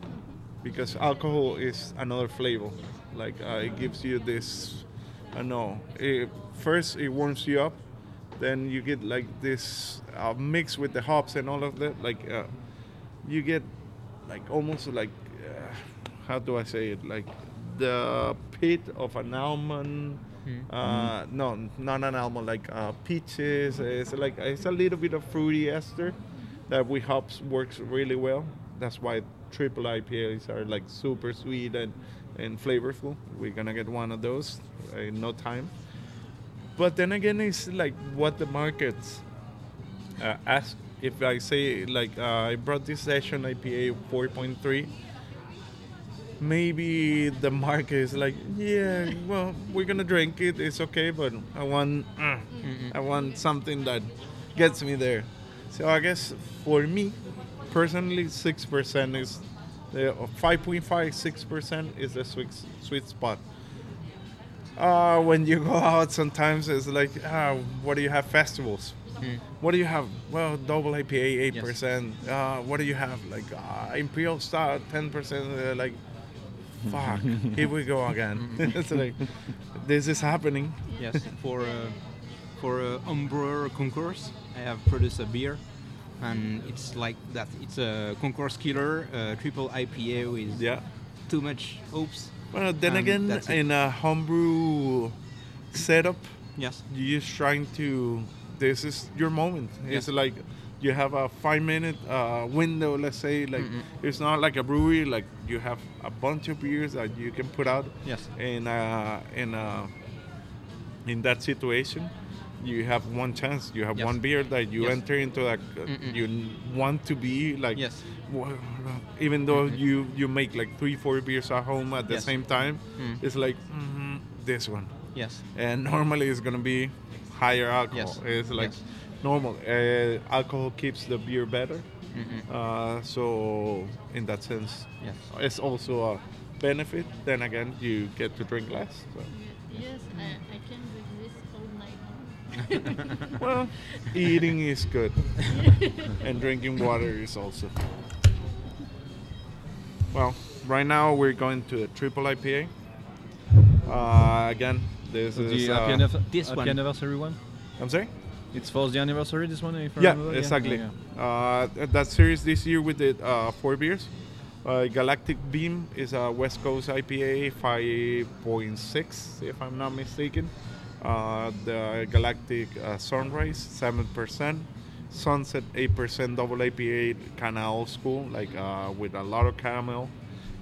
because alcohol is another flavor. Like uh, it gives you this, I don't know. It, first it warms you up, then you get like this uh, mix with the hops and all of that. Like uh, you get like almost like uh, how do I say it? Like the pit of an almond. Uh, no, not an almond. Like uh, peaches. It's like it's a little bit of fruity ester that with hops works really well. That's why triple IPAs are like super sweet and and flavorful. We're gonna get one of those in no time. But then again, it's like what the markets uh, ask. If I say like uh, I brought this session IPA 4.3, maybe the market is like, yeah, well, we're gonna drink it. It's okay, but I want, mm, I want something that gets me there. So I guess for me, personally, six percent is the uh, five point five six percent is the sweet sweet spot. Uh, when you go out, sometimes it's like, ah, what do you have? Festivals. What do you have? Well, double IPA, eight percent. Uh, what do you have? Like uh, Imperial Stout, ten percent. Uh, like, fuck, here we go again. [laughs] it's like, this is happening. yes, for a, for a homebrewer concourse, I have produced a beer, and it's like that. It's a concourse killer, a triple IPA with Yeah. too much hopes. Well, then And again, that's it. in a homebrew setup, Yes, you're just trying to. This is your moment. It's Yeah. like you have a five minute uh, window. Let's say like it's not like a brewery. Like you have a bunch of beers that you can put out. Yes. In uh, in uh, in that situation, you have one chance. You have Yes. one beer that you Yes. enter into that uh, you want to be like. Yes. wha- Even though you you make like three four beers at home at the Yes. same time, Mm. it's like mm, this one yes, and normally it's gonna be higher alcohol. Yes. It's like Yes. normal. Uh, alcohol keeps the beer better. Uh, so in that sense, yes. it's also a benefit. Then again, you get to drink less. So. Ye- Yes, I, I can drink this all night [laughs] long. [laughs] well, eating is good, and drinking water is also. Well, right now we're going to the triple IPA. Uh, again, this is. the uh, happy, annivers- this happy one. anniversary one. I'm sorry. It's for the anniversary. This one, if I Yeah, remember? exactly. yeah. Uh, th- that series this year we did uh, four beers. Uh, Galactic Beam is a West Coast IPA 5.6, if I'm not mistaken. Uh, the Galactic uh, Sunrise 7%. Sunset 8% double IPA, kind of old school, like uh, with a lot of caramel.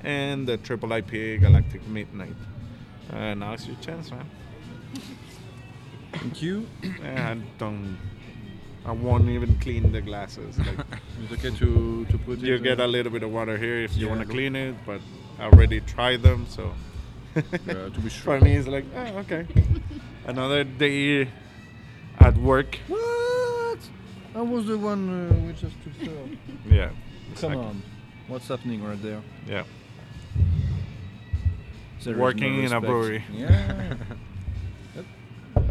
And the triple IPA Galactic Midnight. Uh, now it's your chance, man. [coughs] Thank you. I don't. I won't even clean the glasses. Like, It's okay to, to put you it. get uh, a little bit of water here if you Yeah, want to go. clean it, but I already tried them, so. uh, to be sure. [laughs] For me, it's like, oh, [laughs] okay. Another day at work. What? I was the one uh, which has to [laughs] serve. Yeah. Come exactly. on. What's happening right there? Yeah. There is Working in a respect. brewery. [laughs] Yeah.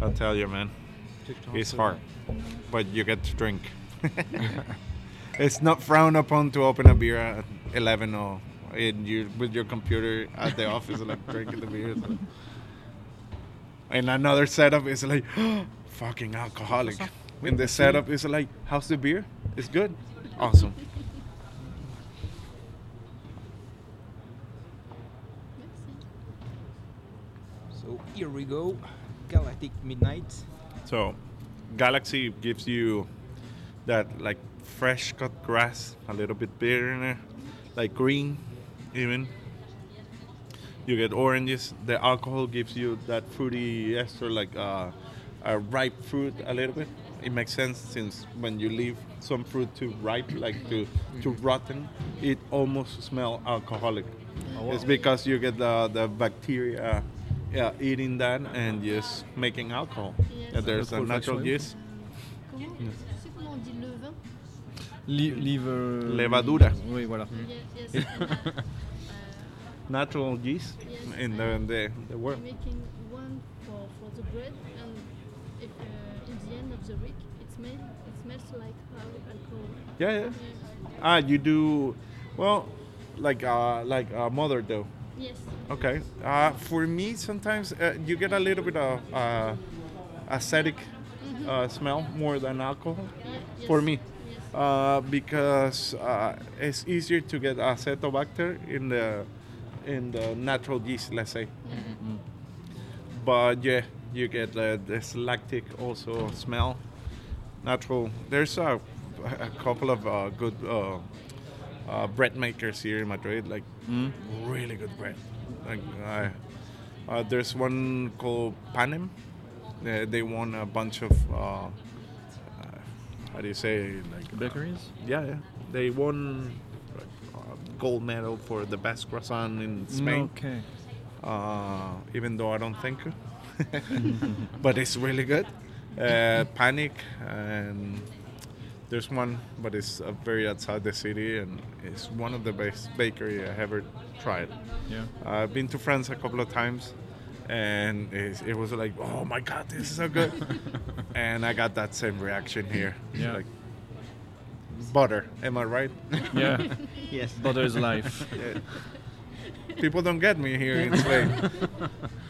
I'll tell you, man. It's hard, but you get to [laughs] drink. it's not frowned upon to open a beer at 11 or in you, with your computer at the office, [laughs] like drinking the beer. So. And another setup is like, [gasps] fucking alcoholic. In the setup is like, how's the beer? It's good. Awesome. Merci. So here we go, Galactic Midnight. So, Galaxy gives you that like fresh cut grass, a little bit bitter in there, like green, even. You get oranges. The alcohol gives you that fruity ester, like uh, a ripe fruit, a little bit. It makes sense since when you leave some fruit to ripe, like to to rotten, it almost smell alcoholic. It's because you get the the bacteria. Yeah, eating that and just making alcohol. Yes. Yeah, there's a Alcohol natural vaccine. yeast. Um, Comment Tu sais comment on dit le vin Li- liver- Levadura. Oui, voilà. Mm. Yes, yes. [laughs] and, uh, uh, natural yeast Yes. in the, in the, the world. I'm making one for, for the bread, and if, uh, in the end of the week, it smells it smells like al- alcohol. Yeah, yeah. Yeah. Ah, you do well, like uh, like a mother though. Yes. Okay. Uh, for me, sometimes uh, you get a little bit of uh, acidic Mm-hmm. uh, smell more than alcohol. Yeah, yes. For me. Yes. uh, because uh, it's easier to get acetobacter in the in the natural yeast, let's say. But yeah, you get uh, this lactic also smell. Natural. There's a, a couple of uh, good uh, uh, bread makers here in Madrid, like really good bread. Like I uh, there's one called Panem. Uh, They, they won a bunch of uh, uh, how do you say like Bakeries? yeah, yeah. They won uh, gold medal for the best croissant in Spain. Okay. Uh, even though I don't think, [laughs] but it's really good. Uh, panic and there's one, but it's uh, very outside the city, and it's one of the best bakery I ever tried. Yeah. I've been to France a couple of times, and it, it was like, oh my god, this is [laughs] so good. and I got that same reaction here. Yeah. Like, butter, am [laughs] I right? Yeah. Yes. [laughs] Butter is life. Yeah. People don't get me here in [laughs] Spain.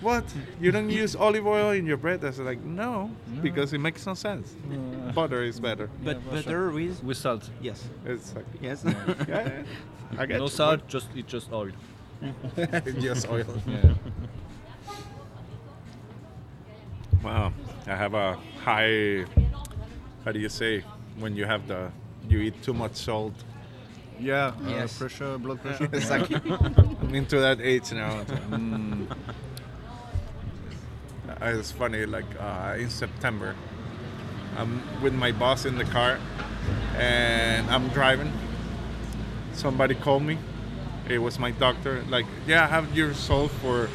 what? You don't use olive oil in your bread? I was like, no, because it makes no sense. Uh, Butter is better. But Yeah, for sure. butter with With salt. yes, Uh, It's [laughs] like, yeah, yes. [laughs] yeah, I get No you. [laughs] salt, just it's just oil. just oil. [laughs] Yeah. Wow, I have a high. How do you say when you have the you eat too much salt? Yeah. uh, Yes. pressure, blood pressure. It's [laughs] like I'm into that age now. Mm, Uh, It's funny, like uh, in September, I'm with my boss in the car, and I'm driving. Somebody called me. It was my doctor. Like, yeah, I have your salt for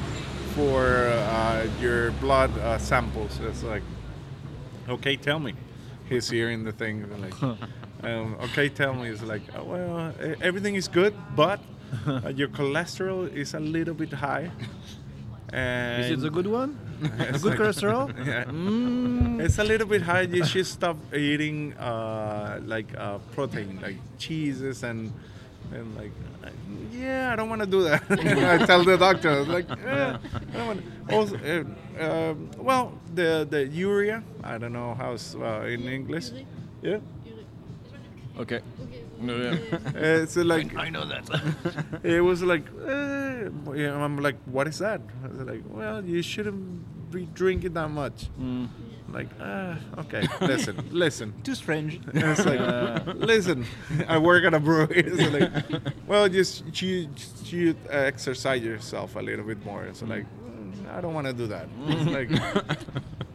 for uh, your blood uh, samples. It's like, okay, tell me. He's hearing the thing. and [laughs] Like, um, okay, tell me. It's like, oh, well, e- everything is good, but uh, your cholesterol is a little bit high. And is it the good [laughs] one? A It's good [laughs] like- cholesterol? Yeah. Mm. It's a little bit high. You should stop eating uh, like uh, protein, like cheeses and and like. uh, Yeah, I don't want to do that. [laughs] I tell the doctor, I was like, yeah, I don't want. Also, uh, um, well, the the urea. I don't know how it's uh, in English. Uric, Yeah, uric. Okay. Okay. No, yeah. uh, it's like know that. it was like, eh, yeah, I'm like, what is that? I was like, well, you shouldn't be drinking that much. mm. Like, uh, okay, listen, listen. Too strange. [laughs] And it's like, Uh, Yeah. listen, I work at a brewery. [laughs] It's like, well, just you, you exercise yourself a little bit more. It's like, "Mm, I don't want to do that. It's like,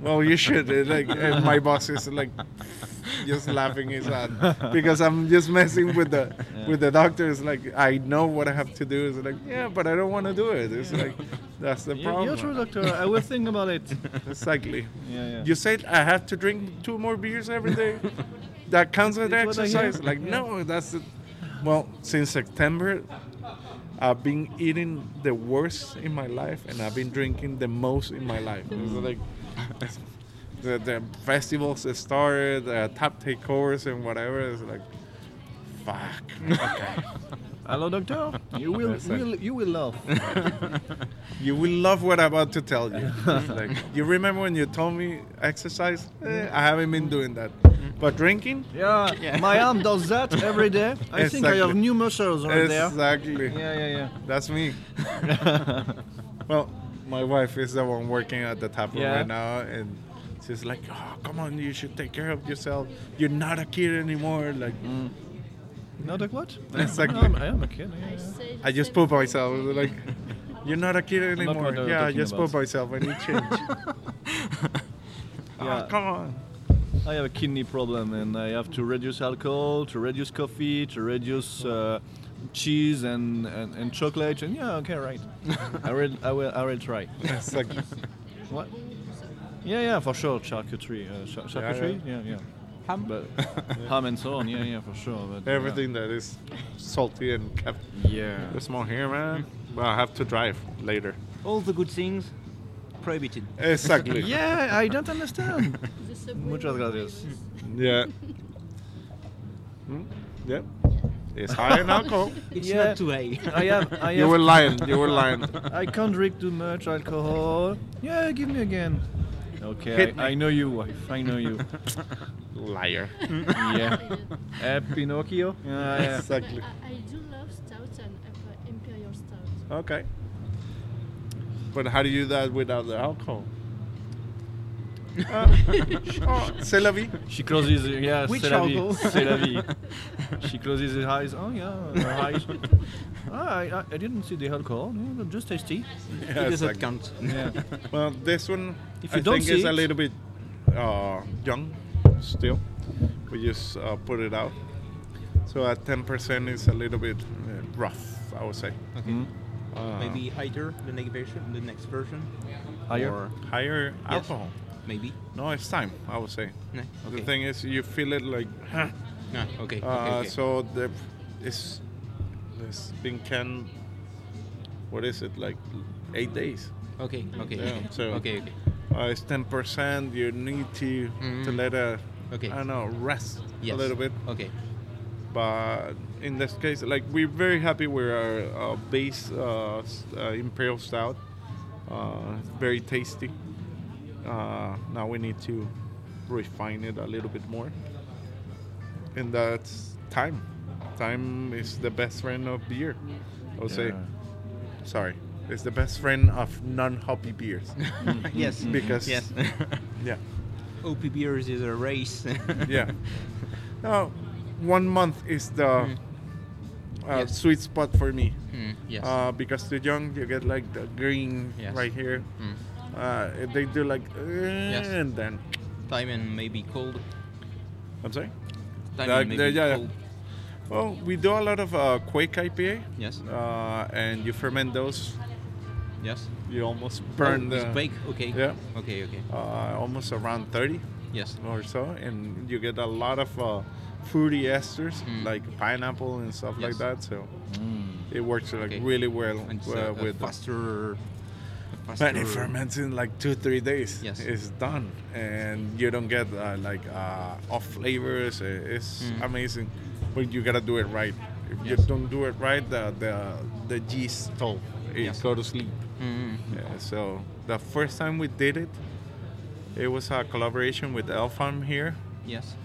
well, you should. It's like, and my boss is like, just laughing his head because I'm just messing with the with the doctor. It's like, I know what I have to do. It's like, yeah, but I don't want to do it. It's like, that's the You- [laughs] problem. You're true, doctor. I will think about it. Exactly. [laughs] Yeah, yeah. You said I have to drink two more beers every [laughs] day. that counts as It's what I hear. exercise. Like Yeah. no, that's it. Well, since September, I've been eating the worst in my life, and I've been drinking the most in my life. It's Mm. like [laughs] the, the festivals that started, uh, tap takeovers and whatever. It's like, fuck. [laughs] Okay. Hello, doctor. [laughs] You will, Yes, I- will you will love. You will love what I'm about to tell [laughs] you. like, you remember when you told me exercise? Eh, I haven't been doing that. Mm. But drinking? Yeah, Yeah. my arm does that every day. I think I have Exactly. new muscles right there. Exactly. Yeah, yeah, yeah. That's me. [laughs] well, my wife is the one working at the tap Yeah. right now, and She's like, oh, come on, you should take care of yourself. You're not a kid anymore. Like, Mm. Not a what? Exactly. I am, I am a kid. yeah, I, yeah. say the I just same pooped thing. myself. Like, you're not a kid Not anymore. what I'm yeah, I talking just pooped about. myself. I [laughs] need change. Yeah. Ah, come on. I have a kidney problem and I have to reduce alcohol, to reduce coffee, to reduce uh, cheese and, and, and chocolate. And yeah, okay, [laughs] right. I will, I will, I will try. It's [laughs] like, What? Yeah, yeah, for sure. Charcuterie, uh, char- Yeah, charcuterie. Yeah, yeah. Ham? [laughs] But ham and so on. Yeah, yeah, for sure. But yeah. everything that is salty and kept. Yeah. There's more here, man. But I have to drive later. All the good things prohibited. Exactly. [laughs] Yeah, I don't understand. The subway Muchas [laughs] gracias. highways. Yeah. Hmm? Yep. It's high in alcohol. It's Yeah. not [laughs] today. I have, I have. You were lying. You were lying. [laughs] I can't drink too much alcohol. Yeah, give me again. Okay, Hit me. I, I know you, wife. I know [laughs] you. Liar. yeah. Eh, Pinocchio. Yeah, yeah. But Exactly. I, I do love stout and uh, imperial [laughs] stout. Okay. But how do you do that without the alcohol? Ah, Uh, oh, c'est la vie. She closes. Yeah, Which c'est la vie. alcohol? C'est la vie. [laughs] She closes her eyes. Oh yeah, her eyes. Ah, I, I, I didn't see the alcohol. Yeah, just tasty. [laughs] it doesn't Exactly. [laughs] count. Yeah. Well, this one If I you don't think see is a it- little bit uh, young still. We just uh, put it out. So at 10% is a little bit uh, rough, I would say. Okay. Mm. Uh, [laughs] Maybe either the next version, the next version, Higher. or higher Yes. alcohol. maybe. No, it's time, I would say. No. Okay. The thing is, you feel it like, huh. No, okay. okay, Uh, okay. So the, it's, it's been canned, what is it, like eight days? okay. Okay. Yeah, okay. so- okay. Okay. Uh, it's 10%, you need to, to Mm. let it, Okay. I don't know, rest Yes. a little bit. Okay. but in this case, like we're very happy with our uh, base uh, s- uh, imperial stout. Uh, it's very tasty. Uh, now we need to refine it a little bit more, and that's time. Time is the best friend of beer. I would say. Sorry, it's the best friend of non-hoppy beers. [laughs] [laughs] yes. Because- Yes. yeah, OP beers is a race. [laughs] [laughs] yeah. Now, one month is the Mm. uh, Yes. sweet spot for me. Mm, yes. uh, because the young you get like the green Yes. right here. Mm. Uh, if they do like and then Time and maybe cold. I'm sorry. Time Like and the- maybe yeah, yeah. cold. Well, we do a lot of uh, quake IPA, Yes. uh, and you ferment those. Yes. You almost burn oh, it's the bake. Okay. yeah. Okay. Okay. uh, almost around 30 Yes. or so, and you get a lot of uh, fruity esters Mm. like pineapple and stuff like Yes. Hmm. that. So Mm. it works like Okay. really well And it's uh, a, a with the- faster. a But faster- it ferments in like two, three days. Yes. It's done. And you don't get uh, like uh, off flavors. I- It's Mm. amazing. But you gotta do it right. If you Yes. don't do it right, the the, the yeast toll. It Yes. go to sleep. Mm, mm, Yeah, so the first time we did it, it was a collaboration with Elf Farm here. Yes.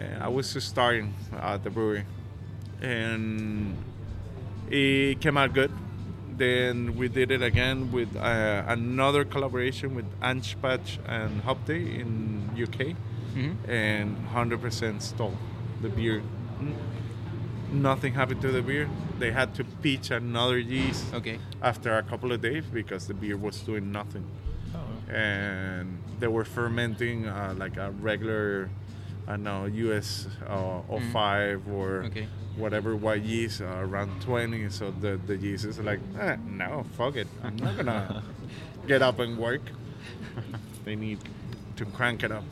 And I was just starting at the brewery, and it came out good. Then we did it again with uh, another collaboration with Anspatch and Hopday in UK, Mhm. and 100% stole the beer. N- Nothing happened to the beer. They had to pitch another yeast Okay. after a couple of days because the beer was doing nothing and they were fermenting uh, like a regular, I don't know, US uh, 05 or Mm-hmm. Okay. whatever white yeast uh, around 20. So the, the yeast is like, "Eh, no, fuck it. I'm not [laughs] gonna get up and work. They need to crank it up.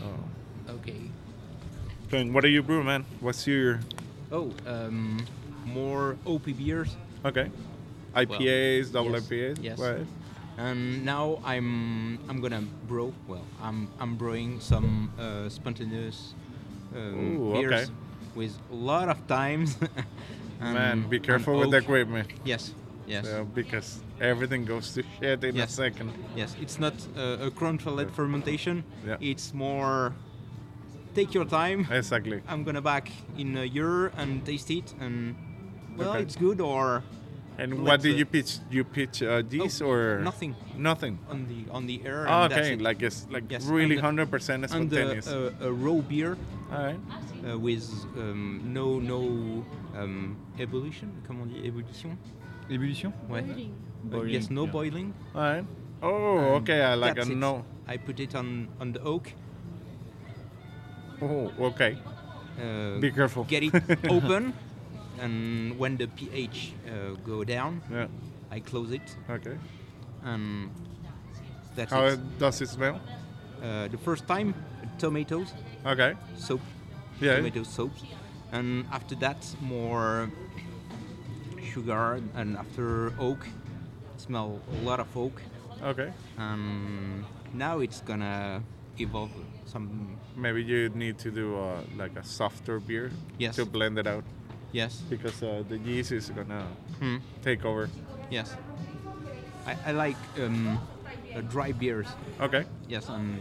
Oh. Okay. Glenn, What are you brew, man? What's your. Oh, um, more OP beers. Okay. IPAs, double yes, IPAs? yes. Right. And now I'm I'm gonna brew. Well, I'm I'm brewing some uh, spontaneous um, Ooh, beers okay. with a lot of times. [laughs] And- Man, be and careful with the oak. equipment. Yes. Yes. uh, because everything goes to shit in Yes. a second. Yes, it's not uh, a controlled fermentation. Yeah. It's more take your time. Exactly. Ah, I'm gonna back in a year and taste it, and well, Okay. it's good or And Like what did the- you pitch? You pitch uh, these uh, Oh, or nothing. Nothing. on the on the air. Oh, and that's okay, it. like it's like Yes, really and the- hundred percent and spontaneous. the, uh, a raw beer All right. uh, with um, no no um, evolution. Comment on dit évolution? [laughs] Ébullition. Ouais. Boiling. Uh, yes, no yeah. boiling. All right. Oh, and okay. I like a that's it. no. I put it on on the oak. Oh, okay. Uh, Be careful. Get it [laughs] open, and when the pH uh, go down, Yeah. I close it, Okay. and that's How it. does it smell? Uh, the first time, tomatoes, Okay. soap, Yeah. tomato soap, and after that more sugar, and after oak, smell a lot of oak, Okay. and now it's gonna evolve some. Maybe you need to do uh, like a softer beer Yes. to blend it out Yes. because uh, the yeast is gonna Hmm. take over. Yes. I, I like um, uh, dry beers. Okay. Yes, um,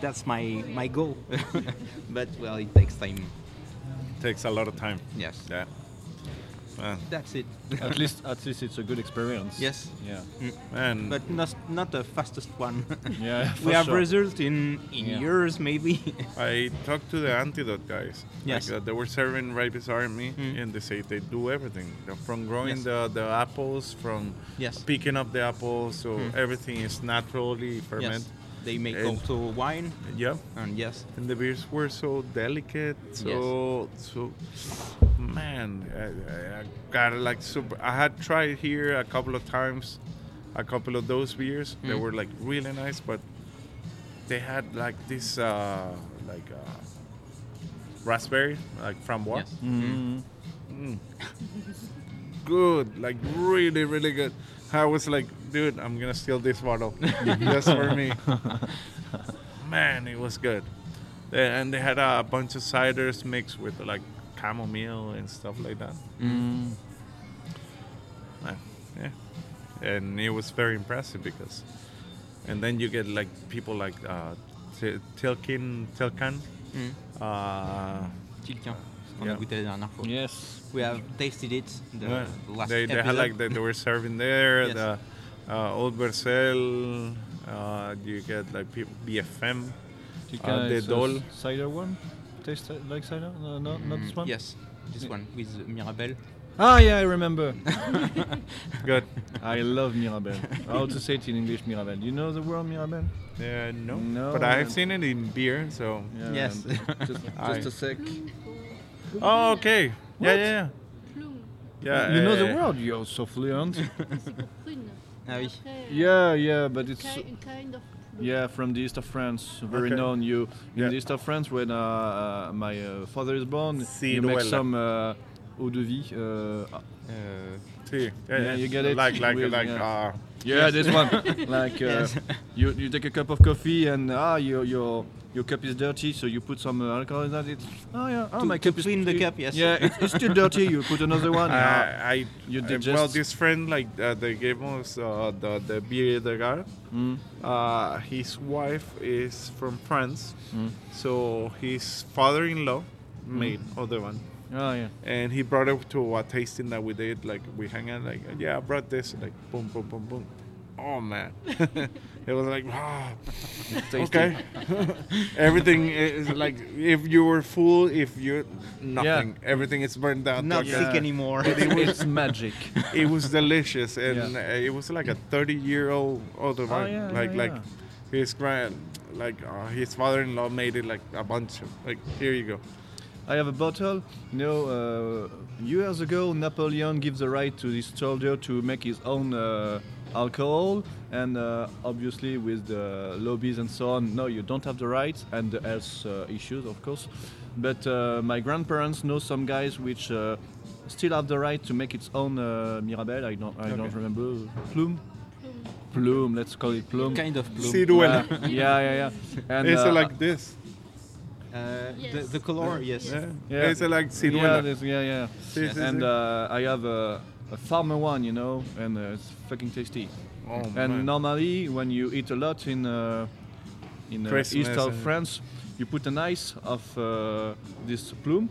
that's my my goal. [laughs] but well, it takes time. Takes a lot of time. Yes. Yeah. Man, That's it. at least, at least it's a good experience. Yes. Yeah. man. but not not the fastest one. [laughs] Yeah. for we have sure. results in in Yeah. years maybe. [laughs] I talked to the antidote guys. Yes. Like, uh, they were serving right beside me, Mm. and they say they do everything They're from growing Yes. the, the apples, from Yes. picking up the apples, so Mm. everything is naturally fermented. yes. They make And- also wine Yeah. and yes. And the beers were so delicate, so so. Man, I, I- I got like super. I had tried here a couple of times, a couple of those beers. They Mm. were like really nice, but they had like this uh, like uh, raspberry, like framboise. Yes. Mhm. Mm. good, like really, really good. I was like, dude, I'm gonna steal this bottle just for me. Man, it was good. They, and they had a bunch of ciders mixed with like chamomile and stuff like that. Mm. Man, yeah, and it was very impressive because. And then you get like people like uh, Til- Tilkin, Tilkan. Mm. Uh, Tilquin, ce qu'on a Yeah. goûté la dernière fois. Yes. We have tasted it the Yeah. last they, they episode. had like they, they were serving [laughs] there Yes. the uh, old Bercel. Uh, you get like people, BFM. Chicken Uh, the is a uh, doll. s- Cider one. Tastes li- like cider? No, no not this one. Yes, this Yeah. one with Mirabelle. Ah, yeah, I remember. [laughs] Good. I love Mirabelle. How to say it in English, Mirabelle? You know the word Mirabelle? Yeah, no. No, But I have man. seen it in beer. So. [laughs] Yes. um, [laughs] Just, [laughs] I- just a sec. Plume for- Oh, okay. Yeah, What? yeah, Plume. yeah. yeah. you know eh, the word. You're so fluent. C'est pour prune. Ah oui. Après, euh, yeah, yeah, but it's ki- kind of plume. yeah from the east of France, very Okay. known. You in Yeah. the east of France when uh, uh, my uh, father is born, Si, you make Noël. some uh, eau de vie. Uh, Uh, see, Yeah, Yeah, yeah. you get it? eh, Like, like, Weird, like. yeah. Uh, yeah, this one. [laughs] like uh, Yes. you, you take a cup of coffee and ah your your your cup is dirty, so you put some uh, alcohol in that. It's oh yeah, oh To- my to cup is clean the it- cup, yes. Yeah, it's, it's still dirty. You put another [laughs] one. ah. I, I, You uh, digest- well, this friend like uh, they gave us uh, the the beer they got. Mm. Uh, his wife is from France, Mm. so his father-in-law made other one, Oh yeah. and he brought it to a tasting that we did. Like we hang out, like yeah, I brought this, like boom, boom, boom, boom. Oh man, [laughs] it was like wow, Tasty. [laughs] okay. Everything is like if you were full, if you nothing, everything is burned down. not to a yeah. sick anymore. [laughs] it's magic. it was delicious and Yeah. uh, it was like a 30 year old older Oh, wine yeah, like yeah, like yeah. his grand like uh, his father-in-law made it like a bunch of like here you go I have a bottle. You know, uh, years ago, Napoleon gives the right to this soldier to make his own uh, alcohol, and uh, obviously with the lobbies and so on, no, you don't have the right, and the health uh, issues, of course. But uh, my grandparents know some guys which uh, still have the right to make its own uh, Mirabelle. I don't, I don't Okay. remember plume. Plume. Plume. Let's call it plume. kind of blue. Ciruela. Yeah, yeah, yeah. yeah. And it's uh, like this Uh, the, Yes. the color, yes. yeah, Yeah. it's like yeah, ciruela this- yeah, yeah. See, see, and see? uh, I have a, a farmer one, you know, and uh, it's fucking tasty. oh, and man. normally, when you eat a lot in uh, in uh, east Christmas of and- France, you put an ice of uh, this plume,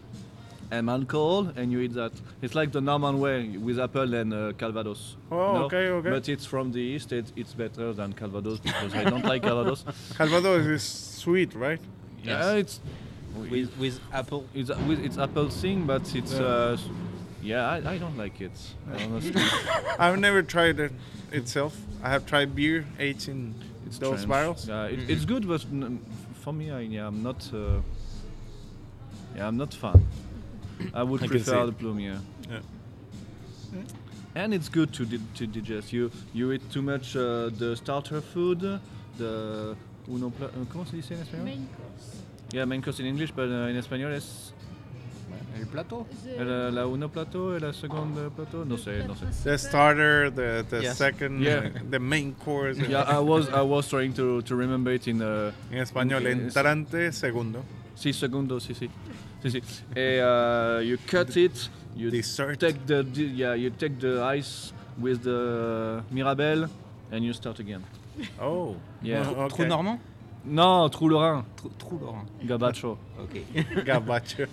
and alcohol, and you eat that. It's like the Norman way with apple and uh, Calvados. Oh, okay, okay. But it's from the east. It, it's better than Calvados because I don't [laughs] like Calvados. Calvados is sweet, right? Yeah, it's with with apple. it's a- with- it's apple thing, but it's Yeah. uh, s- yeah. I, I don't like it [laughs] honestly. I've never tried it itself. I have tried beer aged in those Mm-hmm. strange. barrels. Yeah, it, it's good, but n- for me, I, yeah, I'm not. Uh, yeah, I'm not fan. I would I can see prefer it. the plume. Yeah. Mm. Yeah. and it's good to di- to digest. You you eat too much uh, the starter food, the uno pla- uh, comment se dice en español? Main course. Yeah, main course in English, but uh, in español es El plato. The- el, la uno plato, la segunda plato, no the sé, plat no sé. The principal. starter, the, the Yes. second, Yeah. uh, the main course. Yeah, I was I was trying to to remember it in uh, In español, in- entrante, segundo. Sí, segundo, sí, sí. Sí, sí. Eh, uh, you cut it, you Dessert. take the di- yeah, you take the ice with the mirabelle and you start again. Oh. Yeah. [laughs] Oh, Trou okay. normand. No, trou lorrain, Trou, trou lorrain. gabacho. [laughs] Ok. Gabacho.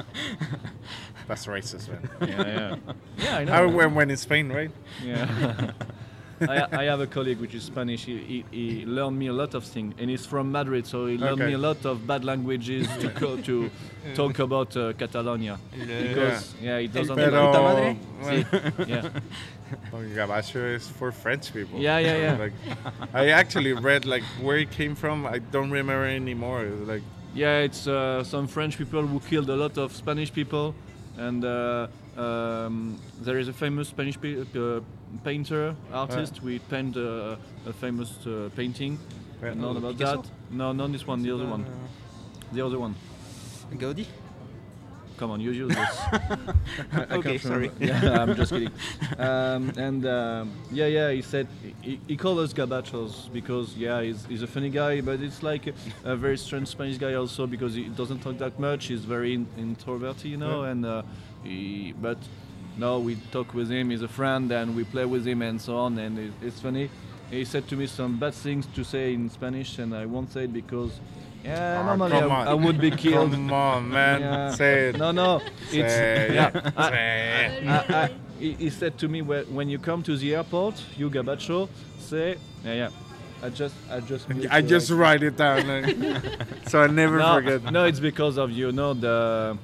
[laughs] That's racist, man. yeah, yeah. Yeah, I know. I went when in Spain, right? Yeah. [laughs] I, I have a colleague which is Spanish. He, he, he learned me a lot of things, and he's from Madrid, so he learned Okay. me a lot of bad languages to go [laughs] to talk about uh, Catalonia. Because yeah, he doesn't. Pero- puta madre. well, like- yeah. Oh, Gabacho is for French people. Yeah, yeah, yeah. Like, I actually read like where it came from. I don't remember anymore. It was like Yeah, it's uh, some French people who killed a lot of Spanish people, and uh, um, there is a famous Spanish pa- uh, painter artist. We paint uh, a famous uh, painting. Yeah. Not about Picasso? that. No, not this one. The other one. The other one. Euh, Gaudi. Come on, you [laughs] use this. I- I can't Okay, sorry. remember. [laughs] Yeah, I'm just kidding. Um, and um, yeah, yeah, he said he, he called us gabachos because yeah, he's, he's a funny guy, but it's like a, a very strange Spanish guy also because he doesn't talk that much. He's very in, introverted, you know. And uh, he, but no, we talk with him. He's a friend, and we play with him and so on. And it, it's funny. He said to me some bad things to say in Spanish, and I won't say it because Eh, yeah, "Ah, normally [laughs] come I, on. I would be killed. Come on, man. Yeah. Say it. No, no, it's Say it. yeah. I- [laughs] Ah, Say it. Very I- I- nice. he, he said to me, "Whe- when you come to the airport, you gabacho, say, yeah, yeah. I just, I just. missed I the just right- write it down, like, so I never no, forget. no, it's because of you know the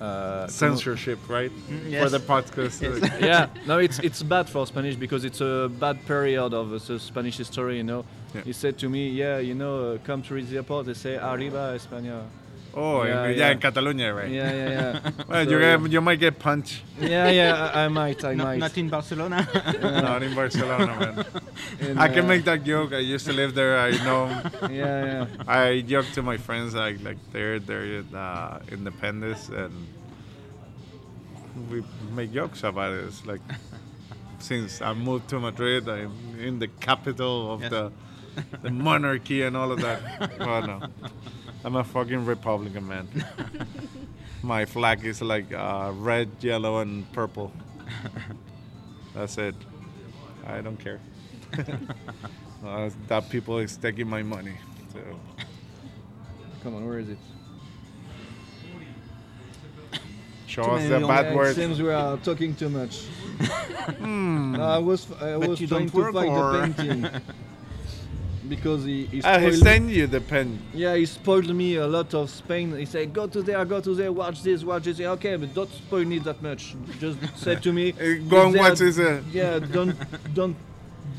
uh, Censorship, right? yes. For the [laughs] podcast. you know- [laughs] yeah, no, it's it's bad for Spanish because it's a bad period of uh, the Spanish history. You know, Yeah. he said to me, yeah, you know, uh, come to the airport, they say arriba España. Oh, in- Yeah, yeah, yeah. in Catalonia, right? Yeah, yeah, yeah. [laughs] Well, So, you, yeah. get, you might get [laughs] punched. [laughs] yeah, yeah, I, I might, I Not, might. not in [laughs] Barcelona. Not in Barcelona, [laughs] man. And, I can uh, make that joke. I used to live there. I know. Yeah, yeah. I joke to my friends like like they're they're uh, independence and we make jokes about it. It's like since I moved to Madrid, I'm in the capital of Yes. the the monarchy and all of that. well, no, I'm a fucking Republican man. my flag is like uh, red, yellow, and purple. That's it. I don't care. Uh, that people is taking my money. So. Come on, where is it? Show Too us many Oh, the long bad Yeah, words. It seems we are talking too much. Hmm. No, I was I But was you trying don't to work find or- the painting [laughs] because he, he I spoiled. send you the pen. yeah, he spoiled me a lot of Spain. He said, "Go to there, go to there, watch this, watch this." Yeah, Okay, but don't spoil me that much. Just said to [laughs] me, Uh, Go and "There- watch this. Uh, Yeah, don't don't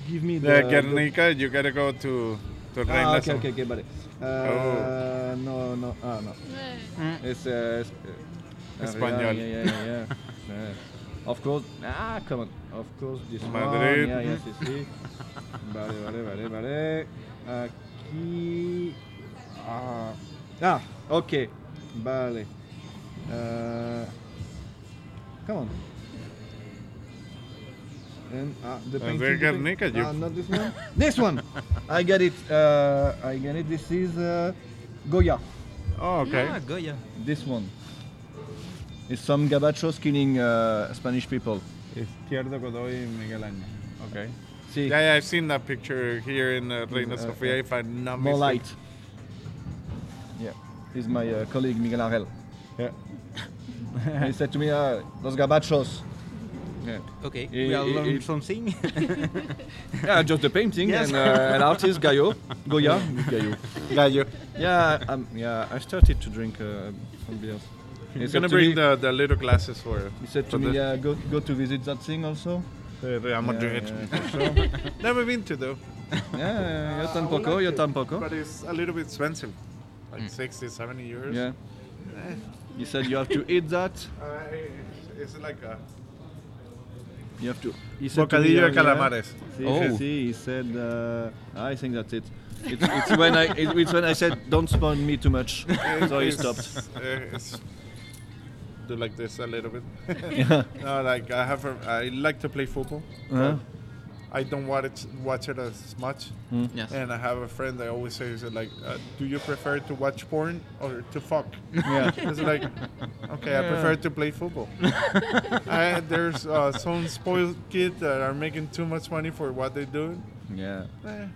give me the the. the- Guernica. You gotta go to to ah, Reina okay, Sofía. okay, okay, vale. Uh, Oh. No, no, ah, no. Yeah. It's uh, es- uh, Espanol. Yeah, yeah, yeah, [laughs] yeah. yeah. Of course. Ah, come on. Of course, this Madrid. one. Yeah, yeah, sí, [laughs] sí. Vale, vale, vale, vale. Aquí. Ah, ah ok. Vale. Uh, come on. And uh, the And painting. they the got paint- naked, you- Ah, not this one. this [laughs] one. I get it. Uh, I get it. This is uh, Goya. Oh, okay. Ah, Goya. This one is some gabachos killing uh, Spanish people. Izquierdo Godoy and Miguel Ángel. Okay. See, Yeah, yeah, I've seen that picture here in uh, Reina Uh, Sofia. If I'm not more mistaken. light. Yeah, he's my uh, colleague Miguel Arel. Yeah. [laughs] he said to me, ah, "Los gabachos." Yeah, Okay, Eh, we are eh, learning eh. something. yeah just a painting Yes. and uh, an artist, Gayo, [laughs] Goya, Gayo. Gallo. Yeah, um, yeah, I started to drink uh, some beers. He He's said gonna to me- uh, bring the, the little glasses for uh, you. He said to for me, the- "Yeah, go go to visit that thing also." the Real Madrid. Yeah, yeah, for sure. Never been to though. yeah, yo Uh, [laughs] I would tampoco, like yo to, tampoco. But it's a little bit expensive. Like 60, 70 euros. Yeah. He said you have to eat that. Uh, it- it's like a You have to. He said to me, bocadillo uh, de yeah. calamares. See, Oh. see, he said. Uh, I think that's it. It's, it's when I it- it's when I said don't spoil me too [laughs] much, so he It's- stopped. uh, it's- do like this a little bit. [laughs] Yeah. [laughs] no, like I have. A, I like to play football. Uh-huh. I don't watch it, watch it as much. Mm. yes. And I have a friend that always says, uh, like, uh, do you prefer to watch porn or [laughs] to fuck? Yeah. It's like, okay, I Yeah. prefer to play [laughs] football. I, there's uh, some spoiled kids that are making too much money for what they do. Yeah. Eh,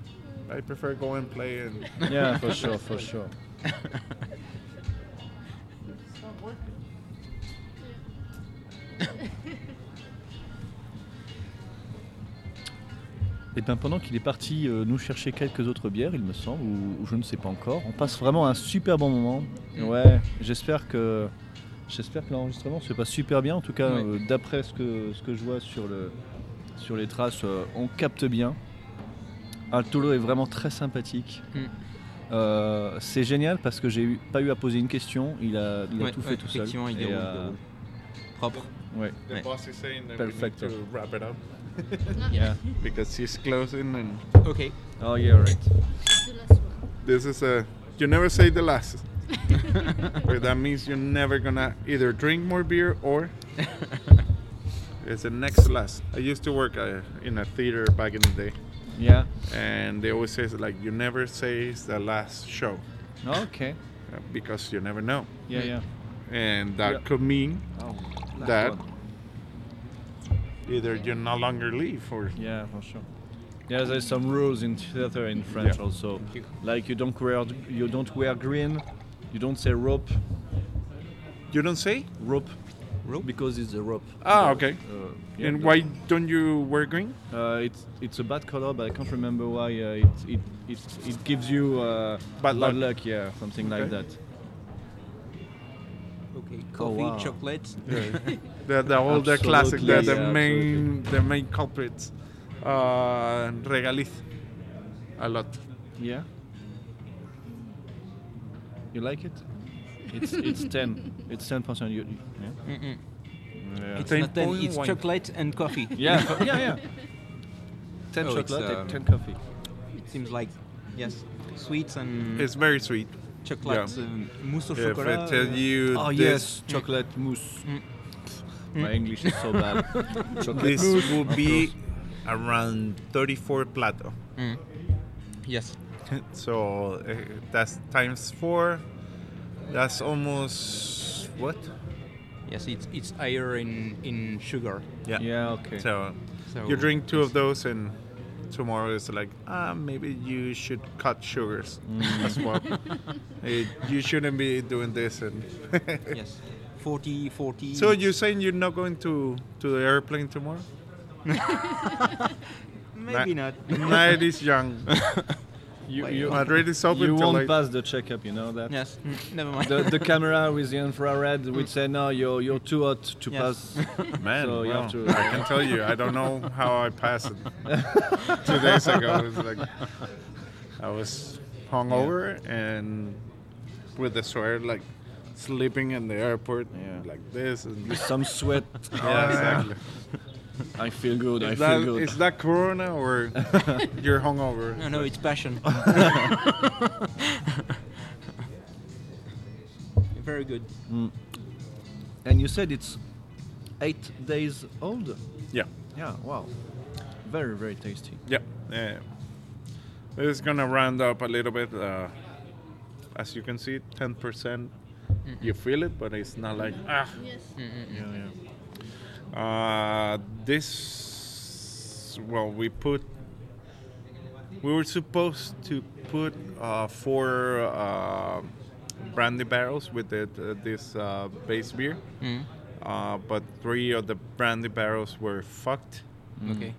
I prefer go and play and [laughs] Yeah, for sure, for [laughs] sure. it's not working. Et Eh bien pendant qu'il est parti euh, nous chercher quelques autres bières, il me semble, ou, ou je ne sais pas encore, on passe vraiment un super bon moment. Mm. Ouais, j'espère que j'espère que l'enregistrement se passe super bien. En tout cas, Ouais. euh, d'après ce que ce que je vois sur le sur les traces, euh, on capte bien. Altolo est vraiment très sympathique. Mm. Euh, c'est génial parce que j'ai eu- pas eu à poser une question. Il a, il a Ouais, tout fait ouais, tout seul. effectivement, il Et, déroule, euh, il déroule. Propre. ouais. The Yeah. boss is saying that Perfecto. we need to wrap it up Yeah. because she's closing, and [laughs] Okay. Oh yeah, right. The [laughs] last one. this is a. You never say the last. But that means you're never gonna either drink more beer or it's the next last. I used to work uh, in a theater back in the day, Yeah. and they always say like you never say it's the last show Oh, Ok. uh, because you never know, Yeah, yeah. and that Yeah. could mean Oh, last Ah. that one. either you no longer leave or Yeah, for sure. Yeah, there's some rules in theater in French Yeah. also. you. Like you don't wear you don't wear green, you don't say rope, you don't say. rope Rope? because it's a rope. Ah, Uh, okay. uh, yeah, and the- why don't you wear green? Uh, it's it's a bad color, but I can't remember why. Uh, it, it it it gives you uh, Bad luck. Yeah, something like Okay. that. Okay. Oh, Coffee, wow. [laughs] chocolate. The the all the classic, the, the Absolutely, yeah, main the main culprits, uh, regaliz, a lot. Yeah. You like it? It's it's ten. It's ten percent. You, yeah. Mm-mm. Yeah. It's not ten. Ten It's wine. chocolate and coffee. Yeah, fo- [laughs] yeah, yeah. Ten Oh, it's, chocolate um, and ten coffee. It seems like yes, sweets and It's very sweet. chocolate, um, mousse au If chocolat. I tell uh, you Oh this, yes, chocolate mousse. Mm. My English is so [laughs] bad. chocolate Mm. this mousse. will of be course. around 34 plato. mm. Yes. So uh, that's times four. That's almost what? Yes, it's it's higher in in sugar. Yeah. Yeah, okay. So So you drink two of those and. Tomorrow is like ah maybe you should cut sugars Mm. as [laughs] well. Eh, you shouldn't be doing this and Yes. 40, 40. So you're saying you're not going to to the airplane tomorrow? maybe not. Night is young. You, Like, you, Madrid is open you till won't like- pass the checkup, you know that. [laughs] Yes. mm, Never mind. The, the camera with the infrared Mm. would say no, you're you're too hot to Yes. pass. Man, So you have wow. to- I can tell you, I don't know how I passed it. Two days ago, it was like I was hungover and with the sweater like sleeping in the airport Yeah. like this [laughs] and Some [laughs] sweat. yeah, exactly. I feel good. I Is feel that, good. is that corona [laughs] or you're hungover? [laughs] no, no, it's [laughs] passion. [laughs] Very good. And you said it's eight days old. Yeah, Yeah. Wow. Very very tasty. yeah. yeah. It's gonna round up a little bit. Uh, as you can see, 10%. percent Mm-hmm. You feel it, but it's not like ah. Yes. Hmm. Yeah, yeah. Uh, this, well, we put, we were supposed to put uh, four uh, brandy barrels with it, uh, this uh, base beer. Mm. Uh, but three of the brandy barrels were fucked. Mm. Okay.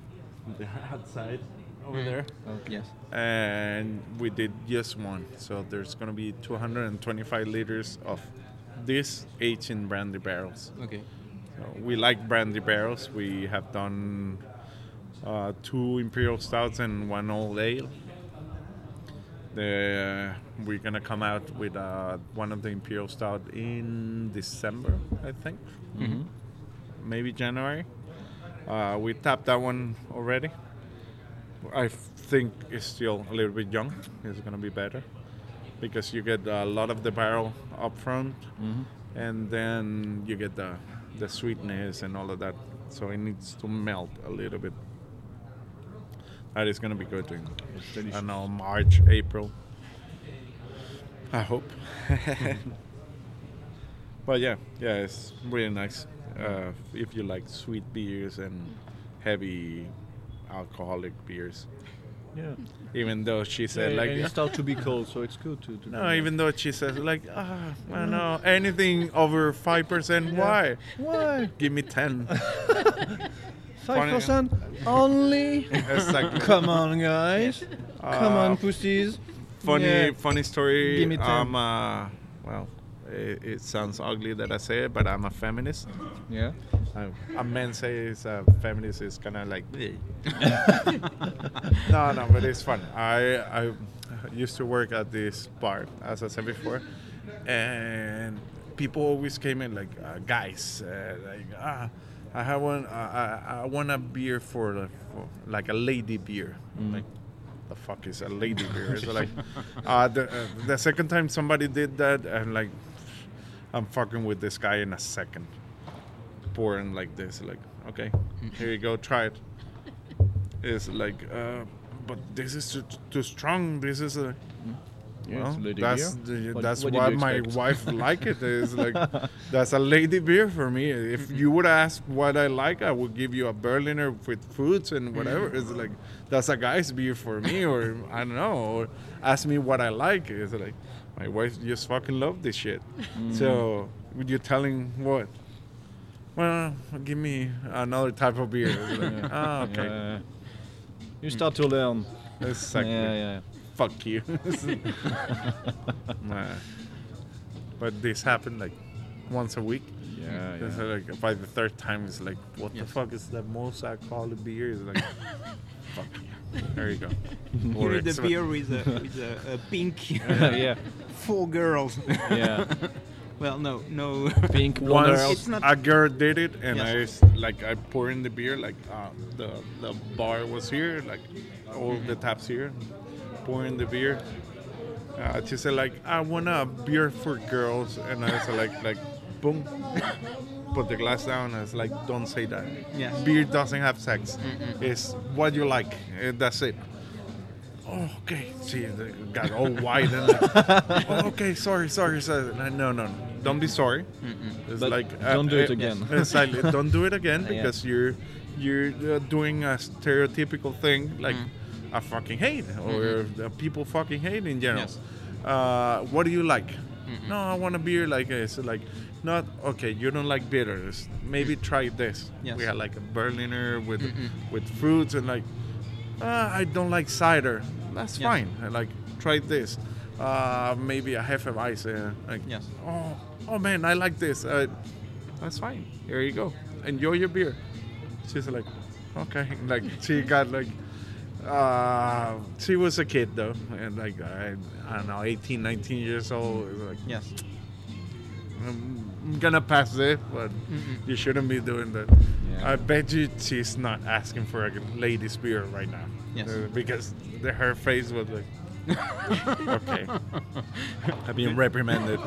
They're [laughs] outside over Mm. there. Yes. And we did just one. So there's going to be 225 liters of this aging brandy barrels. Okay. So we like brandy barrels. We have done uh, two imperial stouts and one old ale. The, we're gonna come out with uh, one of the imperial stout in December, I think, Mm-hmm. maybe January. Uh, we tapped that one already. I think it's still a little bit young. It's gonna be better because you get a lot of the barrel up front, and then you get the the sweetness and all of that. So it needs to melt a little bit. That is gonna be good in I don't know March, April. I hope. [laughs] but yeah, yeah, it's really nice. Uh, if you like sweet beers and heavy alcoholic beers, Yeah. even though she said Yeah, like and it starts to be cold, so it's good to. to do no, that. Oh, even though she says like, ah, I don't know anything over five percent. Why? Why? Give [laughs] me ten. Five percent only. [laughs] Exactly. Come on, guys. Come Uh, on, pussies. Funny, Yeah. funny story. Give me 10. I'm uh, well, it, it sounds ugly that I say it, but I'm a feminist. Yeah. I, a man says a feminist is kind of like, "Bleh." no, no, but it's fun. I I used to work at this bar, as I said before, and people always came in like uh, guys, uh, like ah, I have one, uh, I I want a beer for, the- for like a lady beer, like. The fuck is a lady beer? So like, uh, the, uh, the second time somebody did that, and like, I'm fucking with this guy in a second. Pouring like this, like, okay, here you go, try it is like, uh, but this is too, too strong. This is a. Yeah, it's well, lady that's beer. the- What- that's what did why you my expect? wife like it. Is [laughs] like that's a lady beer for me. If you would ask what I like, I would give you a Berliner with fruits and Mm. whatever. It's like that's a guy's beer for me, or I don't know. Or ask me what I like. It's like my wife just fucking love this shit. Mm. So you're telling what? Well, give me another type of beer. It's like, ah, okay. [laughs] Mm. Yeah. Uh, You start to learn. Exactly. Yeah, yeah. Fuck you. [laughs] Nah. But this happened like once a week. Yeah, And so, yeah. like by the third time, it's like, what Yes. the fuck is the most alcoholic beer? [laughs] It's like, fuck you. There you go. Or Here is it's the like- beer with a, with a, a [laughs] pink. [laughs] yeah. Four girls. [laughs] Yeah. well, no, no. Pink Once wonder. It's not- a girl did it, and Yes. I s- like I pour in the beer. Like uh, the the bar was here, like all the taps here, pour in the beer. Uh, she said like I want a beer for girls, and I said like like boom, [laughs] put the glass down. I was like don't say that. Yes. Beer doesn't have sex. It's what you like. Uh, that's it. Oh, okay. She got all white and like, "Oh, okay, sorry, sorry, sorry. No, no, no. Don't be sorry. It's uh, eh, But don't do it again. [laughs] Exactly. Don't do it again [laughs] Yeah. because you're you're uh, doing a stereotypical thing like Mm. I fucking hate or Mm-hmm. uh people fucking hate in general. Yes. Uh, what do you like? No, I want a beer like this. Like, not okay. You don't like bitters. Maybe Mm. try this. Yes. We had like a Berliner with with fruits and like uh, I don't like cider. That's Yes. fine. I like try this. Uh, maybe a Hefeweizen. Like, Yes. Oh, oh man, I like this. Uh, that's fine. Here you go. Enjoy your beer. She's like, okay. [laughs] Like she got like, uh, she was a kid though, and like I, I don't know, 18, 19 years old. It's Like, [laughs] yes. I'm gonna pass it, but Mhm. you shouldn't be doing that. Yeah. I bet you she's not asking for a lady's beer right now. Yes. Uh, because the, her face was like, [laughs] okay, I've been reprimanded.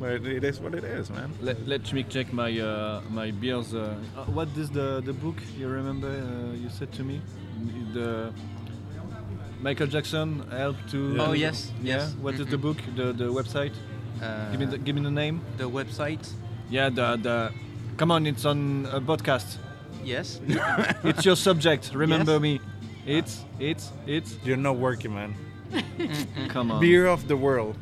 but it is what it is, man. Let, let me check my uh, my beers. Uh, uh, what is the the book you remember uh, you said to me? The Michael Jackson help to. Yeah. Oh, yes, Yeah. yes. What is the book? The the website. Uh, give me the give me the name. the website. Yeah. The the. Come on, it's on a podcast. [laughs] Yes. It's your subject. Remember Yes. me. It's it's it's. You're not working, man. Come on. Beer of the world.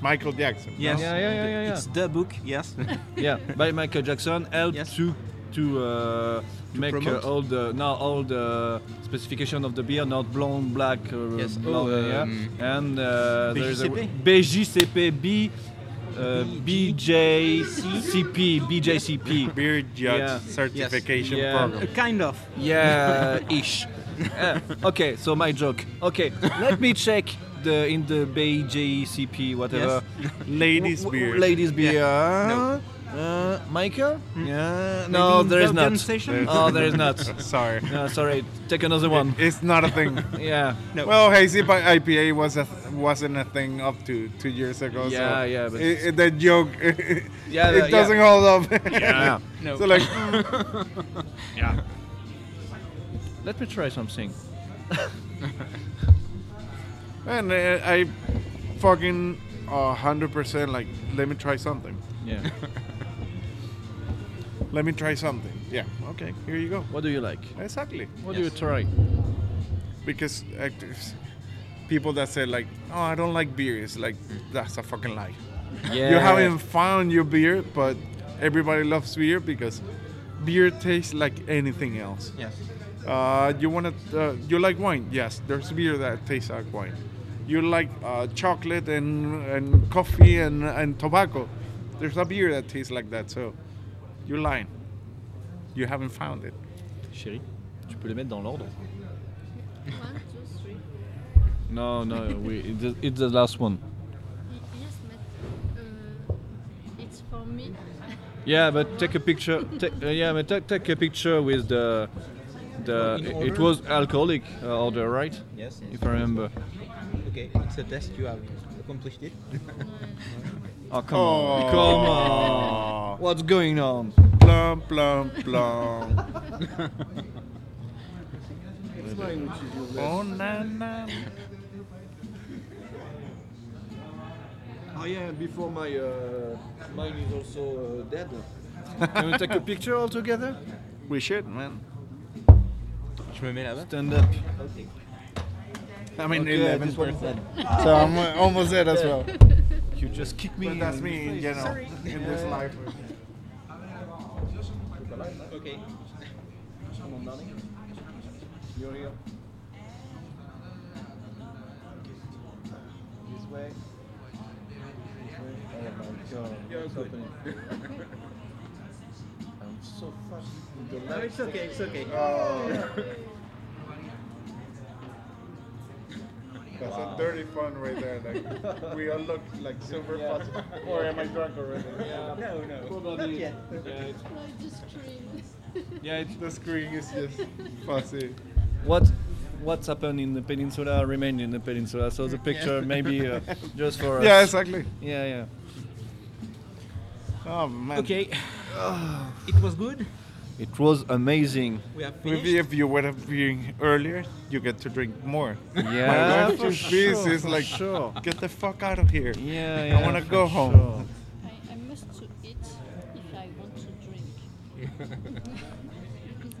Michael Jackson. Yes. Yeah, yeah, yeah, yeah, yeah. It's the book. Yes. yeah, by Michael Jackson helped Yes. to to, uh, make uh, promote. all the now all the specification of the beer not blonde, black, uh, Yes, oh, blonde, yeah. um, and uh, there is a BJCP? BJCP B. Uh, BJCP, No. BJCP, Beer judge Yeah. certification Yes. Yeah. program. Uh, [laughs] kind of. yeah, ish. Uh, okay, so my joke. Okay, let me check the in the BJCP whatever. Ladies W- w- beer. Ladies beer. No. Uh, Michael? Yeah. No, Maybe there is Belgian not. station? [laughs] Oh, there is not. [laughs] Sorry. No, Uh, sorry. Take another one. It's not a [laughs] thing. Yeah. No. Well, hazy by IPA was a wasn't a thing up to two years ago. Yeah, so yeah, but- it, it- that joke, [laughs] Yeah, it the- yeah. doesn't hold up. [laughs] Yeah. No. So like, Let me try something. and uh, I fucking a hundred percent like, let me try something. Yeah. Let me try something. Yeah. Okay. Here you go. What do you like? Exactly. What do you Yes. try? Because actors, people that say like, oh, I don't like beer, it's like that's a fucking lie. Yeah. You haven't found your beer, but everybody loves beer because beer tastes like anything else. Yes. Uh, you want to? Uh, you like wine? Yes. There's beer that tastes like wine. You like uh, chocolate and and coffee and and tobacco. There's a beer that tastes like that. So you're lying. You haven't found it. Chérie, tu peux les mettre dans l'ordre? One, two, three. No, no. We, it's, the, it's the last one. Y- Yes, but uh, it's for me. [laughs] Yeah, but take a picture. Take, uh, yeah, but take, take a picture with the the. In It, it order? was alcoholic uh, order, right? Yes. If I remember. Okay. It's a test. You have accomplished it. [laughs] Oh come on! Come on! [laughs] [laughs] What's going on? Plum plum plum. oh na na. Oh yeah, before my uh, mine is also uh, dead. [laughs] Can we take a picture all together? We should, man. Je me mets là-bas. Stand up. I mean, Okay, eleven this one is percent. [laughs] So I'm uh, almost there as well. You just kick me. But that's me in general in this life. Okay. This way. This way. Oh my god. What's happening? I'm so fast in the left. okay. It's okay. Oh. That's a dirty fun right there. Like, we all look like super fast. Or am I drunk already? No, no. Probably. yet. Yeah, it's, No, just screen. yeah, it's The screen is [laughs] just fuzzy. what what's happened in the peninsula remained in the peninsula. So the picture maybe uh, just [laughs] for us. Yeah, exactly. Yeah, yeah. Oh man. [sighs] Okay. it was good. It was amazing. We have finished. Maybe if you would have been earlier, you get to drink more. Yeah, wife for is busy, sure, it's for [laughs] like- sure. Get the fuck out of here. Yeah, yeah. wanna for go home. sure. [laughs] I, I must to eat if I want to drink.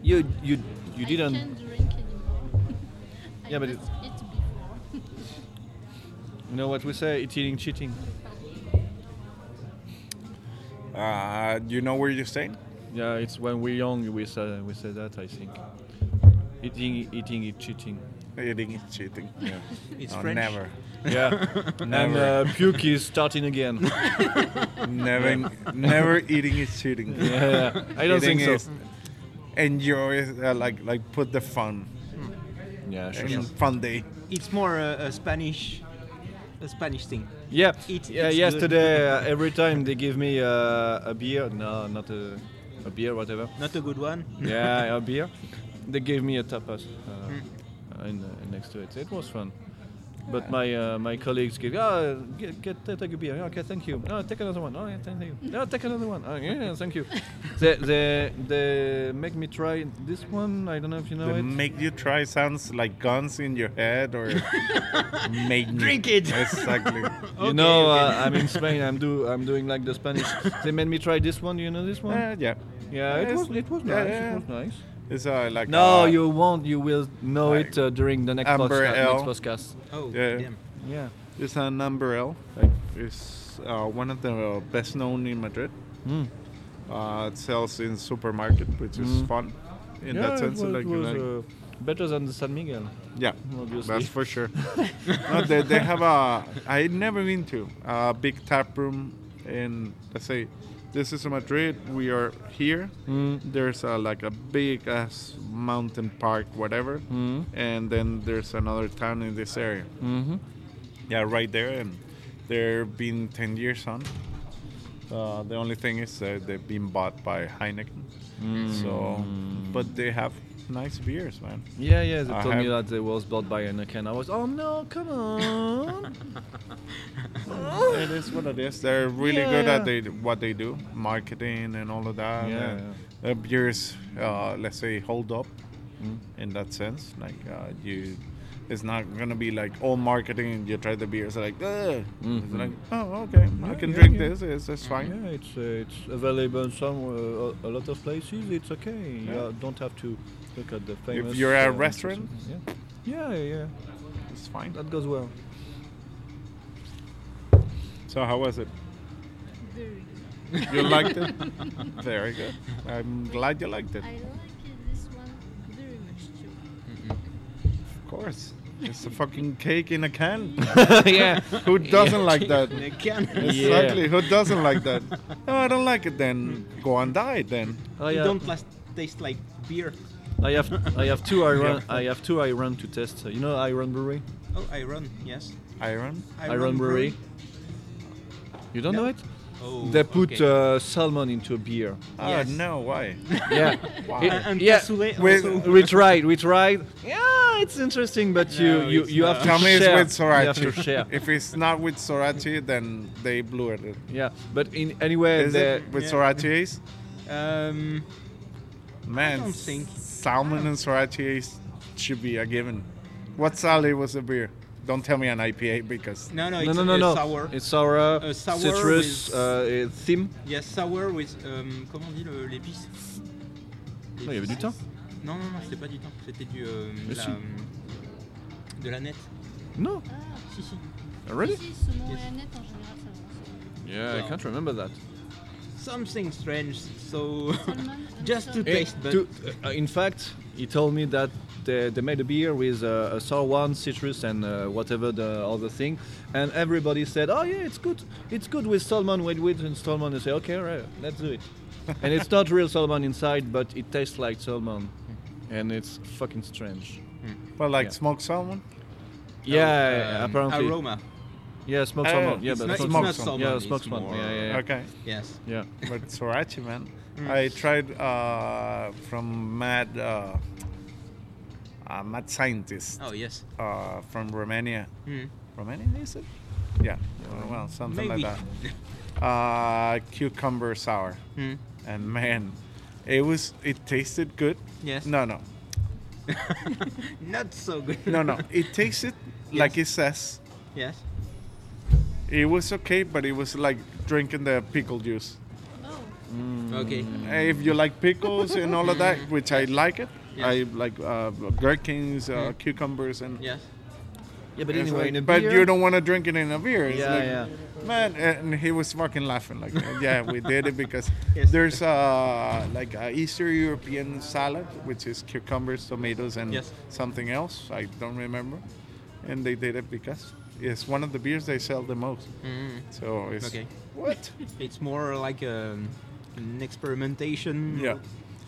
You you you I can't didn't. drink anymore. [laughs] I Yeah, but must eat before. You know what we say? It's eating cheating. Uh, you know where you're staying? Yeah, it's when we're young we say we say that. I think. Eating eating it cheating. Eating is cheating. Yeah. It's Oh, French. [laughs] Never. Yeah. [laughs] and uh, Never. puke is starting [laughs] again. Never, never eating is cheating. yeah. I don't Eating think so. is- enjoy it, uh, like like put the fun Yeah, sure. and fun day. It's more a, a Spanish, a Spanish thing. Yeah. It's- yeah it's yesterday, uh, every time they give me uh, a beer, no, not a, a beer, whatever. Not a good one. [laughs] Yeah, a beer. They gave me a tapas Hmm. uh, in, uh, next to it. It was fun. But my uh, my colleagues give, oh, get, get uh, take a beer. Yeah, okay, thank you. No, take another one. Oh, yeah, thank you. No, take another one. Oh, yeah, yeah, [laughs] thank you. they, they, they make me try this one. I don't know if you know The it. make you try sounds like guns in your [laughs] head or make me- Drink it. [laughs] exactly. you know, uh, I'm in [laughs] Spain. I'm do I'm doing like the Spanish. they made me try this one. You know this one? Uh, yeah, Yeah, it Yes. was it was Yeah, nice. yeah, It was nice. it's uh, like No, uh, you won't. You will know like it uh, during the next Amber podcast. Ale. Next podcast. Oh, Yeah. damn. Yeah. It's an umbrella. Like it's uh, one of the best known in Madrid. Mm. Uh, it sells in supermarket, which is Mm. fun. In Yeah, that it sense, was- like, it was, like uh, better than the San Miguel. yeah, obviously. that's for [laughs] sure. no, they, they have a. I never been to a big tap room in let's say, this is Madrid. We are here. Mm. There's a, like a big ass mountain park, whatever, Mm. and then there's another town in this area. hmm Yeah, right there, and they're been ten years on. Uh, the only thing is that they've been bought by Heineken. So, Mm. but they have nice beers, man. Yeah, yeah. They I told me have- that they was bought by Anakin. I was, oh no, come on. It is what it is. They're really good Yeah. at they, what they do, marketing and all of that. Yeah, and Their beers, uh, let's say, hold up Mm. in that sense. Like uh, you, it's not gonna be like all marketing. and You try the beers like, Ugh. it's Mhm. like, oh, okay, I Yeah, can yeah, drink yeah. this. It's, it's [laughs] fine. Yeah, it's uh, it's available in some uh, a lot of places. It's okay. You Yeah. uh, don't have to look at the famous. you're at a uh, restaurant? Yeah. yeah, yeah, It's fine. that goes well. So how [laughs] was it? Very good. You liked it? Very good. I'm glad you liked it. I like it, this one very much too. Of course. It's a fucking cake in a can. [laughs] yeah, [laughs] Who doesn't like that? [laughs] [laughs] Can. Yeah. Exactly. Who doesn't like that? No, I don't like it then. Go and die then. I, It uh, don't last, taste like beer. I have I have two iron Yeah. I have two iron to test. You know iron brewery, Oh, Iron, yes. Iron? iron, brewery. You don't know it? Oh, they put okay. uh, salmon into a beer. Oh, Yes. no, why? [laughs] Yeah. Why? It- and yeah. cassoulet We, also. we tried, we tried. Yeah, it's interesting, but No, you you, it's you have not. to Tell me it's share. with You have to Sorachi. [laughs] share. If it's not with Sorachi, then they blew it. Yeah, but in anyway, Is the, it with Yeah. Sorachi Ace? um, Man, don't think- salmon and Sorachi Ace should be a given. What Sally was the beer? Don't tell me an IPA because no, no, no, it's no, no, uh, no. sour. It's sour, Uh, sour citrus, with- uh, et thyme. Yes, sour with. um, comment on dit le- l'épice il y avait du thym. Non, non, non, c'était pas du thym. C'était du. euh, Mais la, si. euh, de la nette. No, Ah, Si, si. already? ici, saumon Yes. et aneth en général ça va. Yeah, I Wow. can't remember that. Something strange, so. [laughs] Salmon and Just to salt. Eh, taste, but. to- uh, in fact, he told me that they, they made a beer with uh, a sour one, citrus, and uh, whatever the other thing, and everybody said, "Oh yeah, it's good. It's good with salmon, with wheat and salmon." They say, "Okay, right, let's do it." and it's not real salmon inside, but it tastes like salmon, and it's fucking strange. well, like Yeah. smoked salmon. yeah, um, apparently. Aroma. Yeah, smoked Uh, salmon. Yeah, it's but not- it's smoked smoked not salmon. salmon. Yeah, it's smoked salmon. more- Yeah, yeah, yeah. Okay. Yes. Yeah. But Sorachi, man. Mm. I tried uh, from Mad, uh, a mad scientist Oh, yes. uh, from Romania. Mm. Romania, is it? Yeah. Uh, Well, something Maybe. like that. Uh, cucumber sour, Mm. and man, it was. It tasted good. Yes. No, no, Not so good. no, no. It tasted like it says. [laughs] yes. It was okay, but it was like drinking the pickle juice. Oh, Hmm. Okay. If you like pickles and all of that, which I like it, Yes. I like uh, gherkins, uh, Mm. cucumbers, and Yes. Yeah, but It's anyway, like- in a but beer, you don't want to drink it in a beer. It's Yeah, like, yeah. Man, and he was fucking laughing like, uh, yeah, we did it because [laughs] Yes. there's uh like a Eastern European salad which is cucumbers, tomatoes, and Yes. something else I don't remember, and they did it because it's one of the beers they sell the most. Mm. So it's Okay. what It's more like um an experimentation. Yeah.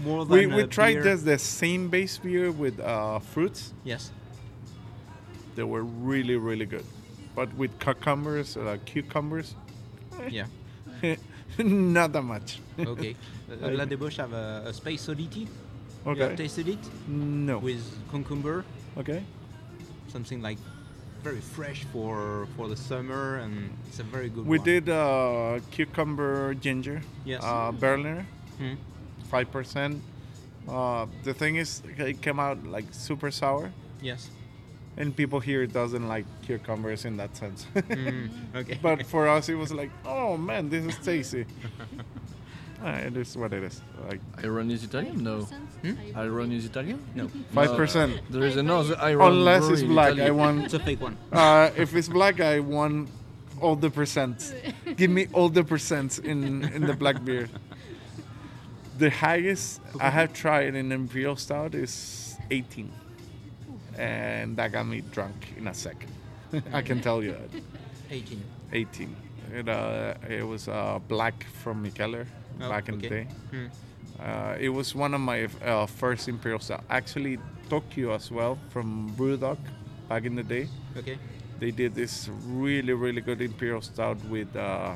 More than we, we a tried uh, beer. this the same base beer with uh, fruits. Yes. They were really really good, but with cucumbers, uh, cucumbers, Yeah. [laughs] not that much. [laughs] Okay. Uh, La Debauche have a, a space oddity. You have Okay. Oh. tasted it No. with cucumber, Okay. something like very fresh for for the summer, and it's a very good We one. did uh, cucumber ginger. Yes. Uh, Berliner, Mm. five percent. Uh, the thing is, it came out like super sour, [laughs] Yes. and people here doesn't like cucumbers in that sense. [laughs] Mm. Okay. [laughs] but for us, it was like, oh man, this is tasty. Ah, it is what it is. Like Iron is Italian? No. 5%? Hmm? I Iron is Italian? [laughs] No, five [laughs] percent. There is another iron. Unless brew it's in black, I Italy. want. it's a fake one. Uh, if it's black, I want all the percents. Give me all the percents in, in the black beer. The highest I have tried in imperial stout is 18, and that got me drunk in a second. I can tell you that. 18. 18. It, uh, it was uh, black from Mikeller Oh, back in the okay. day. Hmm. Uh, it was one of my uh, first imperial stout. Actually, Tokyo as well from Brewdog back in the day Okay. they did this really really good imperial stout with uh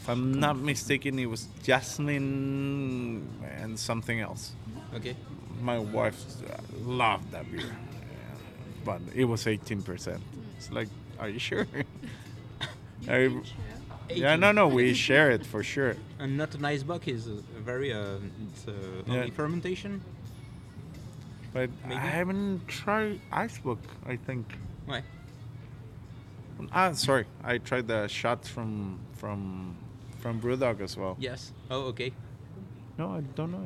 if i'm not mistaken it was jasmine and something else Okay. my wife uh, loved that beer but it was 18% it's like are you sure [laughs] You I- think, yeah? yeah no no we share it for sure And not an ice buck is uh, very uh, it's, uh, Yeah. only fermentation. but Maybe. i haven't tried icebook i think Why? ah sorry i tried the shots from from from brewdog as well Yes. Oh, okay. [laughs] no i don't [coughs] know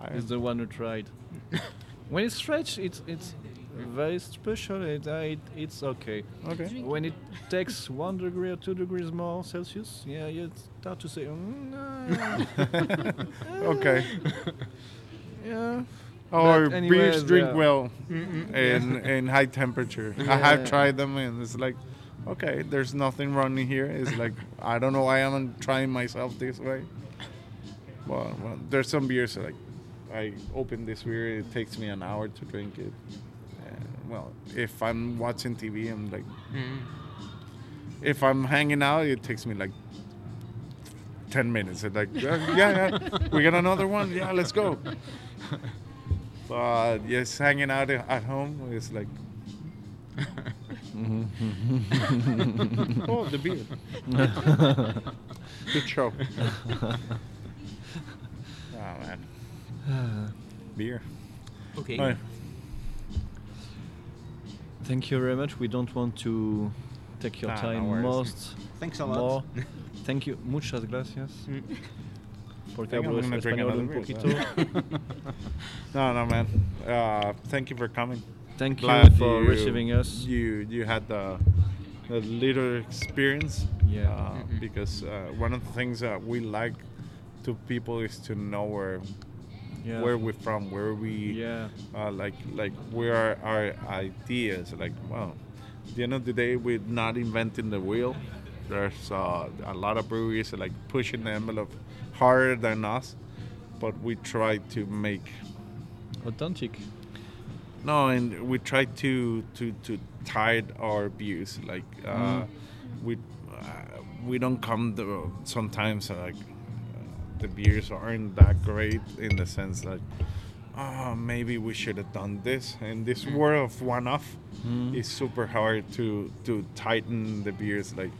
I- Is the one who [laughs] tried. when it's fresh, it's it's very special. It, uh, it it's okay. okay Drink When it. it takes one degree or two degrees more Celsius, yeah, you start to say, "Mm, [laughs] uh, [laughs] okay. yeah. Our But anyway, beers drink yeah. well Hmm, in, in high temperature. I Yeah. have tried them and it's like, okay, there's nothing wrong in here. It's like, I don't know why I'm trying myself this way. Well, well there's some beers that, like, I open this beer, it takes me an hour to drink it. And, well, if I'm watching TV, I'm like, Mm. if I'm hanging out, it takes me like 10 minutes. And like, yeah, yeah, yeah, we got another one. Yeah, let's [laughs] [laughs] go. But yes, hanging out at home is like, hmm. [laughs] [laughs] oh, the beer, [laughs] good show. oh, man. Beer. Okay. Oh, yeah. Thank you very much. We don't want to take your Nah, no time worries. most. Thanks a [laughs] lot. More. Thank you. Muchas gracias. Mm. Porque think I'm hablo gonna drink español un another beer, [laughs] poquito. No, no, man. Uh, thank you for coming. [laughs] Thank you Glad for receiving us. You you had the, the little experience. Yeah. uh, Mhm. Because uh, one of the things that we like to people is to know where yeah. where we're from, where we yeah. uh, like like where our ideas. Like wow, at the end of the day, we're not inventing the wheel. There's uh, a lot of breweries that, like pushing the envelope harder than us, but we try to make Authentic. no, and we try to to to tide our views. Like uh, Mm-hmm. we uh, we don't come the sometimes uh, like uh, the beers aren't that great in the sense that oh maybe we should have done this. And this Mm-hmm. world of one off is super hard to to tighten the beers. Like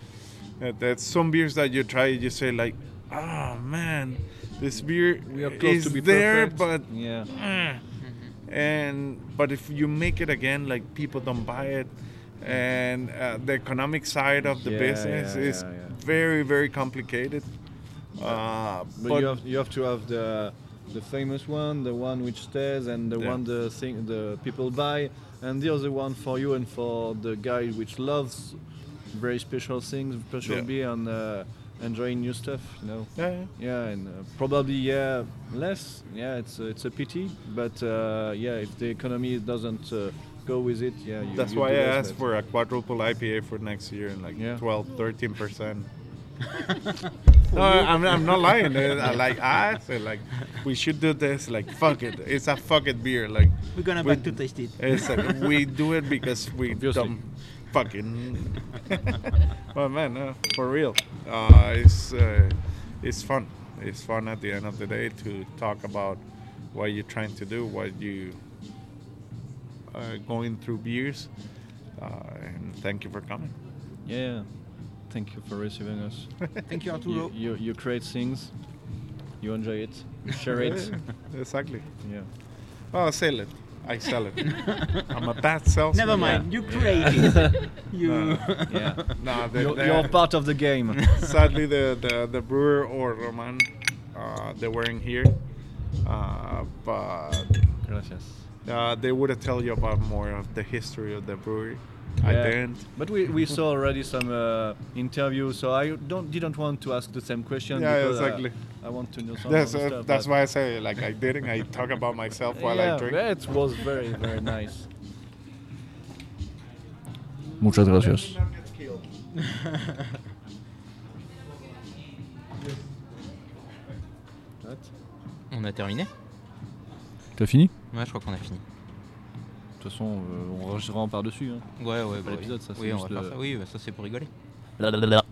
uh, that's some beers that you try, you say like oh man, this beer We are close is to be there, perfect. but yeah. "Eh." and but if you make it again like people don't buy it and uh, the economic side of the Yeah, business yeah, is yeah, yeah. very very complicated uh, But, you have you have to have the the famous one, the one which stays, and the Yeah. one the thing the people buy, and the other one for you and for the guy which loves very special things, special Yeah. beer, and uh, enjoying new stuff. You know. Yeah, yeah. Yeah, and uh, probably yeah less. Yeah, it's a, it's a pity, but uh, yeah, if the economy doesn't uh, go with it, yeah. You, that's you why do i less, asked but- for a quadruple ipa for next year and like Yeah. 12 13 percent no, I'm, I'm [laughs] not lying. dude. I like I said like we should do this. Like fuck it, it's a fuck it beer. Like We're gonna we- back to taste it. It's like we do it because we Obviously. dumb fucking. but man, uh, for real, uh, it's uh, it's fun. It's fun at the end of the day to talk about what you're trying to do, what you are going through beers. Uh, and thank you for coming. Yeah, thank you for receiving [laughs] us. Thank you, Arturo. you, you you create things, you enjoy it, you share it. [laughs] Yeah, exactly. Yeah. Oh, sell it. I [laughs] sell it. I'm a bad salesman. Never mind, you create [laughs] it. you. No. Yeah. No, [laughs] the, You're, the- you're part of the [laughs] game. sadly the, the, the brewer or Roman, uh, they weren't here. Uh, but Gracias. uh, they would have tell you about more of the history of the brewery. I Yeah. didn't. But we, we saw already some uh, interviews, so I don't didn't want to ask the same question. Yeah, because, uh, exactly. I want to know some That's, other uh, stuff, that's but- why I say like I didn't. I talk about myself while yeah, I drink. That was very very nice. Muchas gracias. On a terminé T'as fini Ouais, je crois qu'on a fini. De toute façon, euh, on rend par dessus. Ouais, ouais, bah oui. l'épisode, ça, c'est Oui, on juste va faire le- ça. Oui, bah, ça c'est pour rigoler. Hein.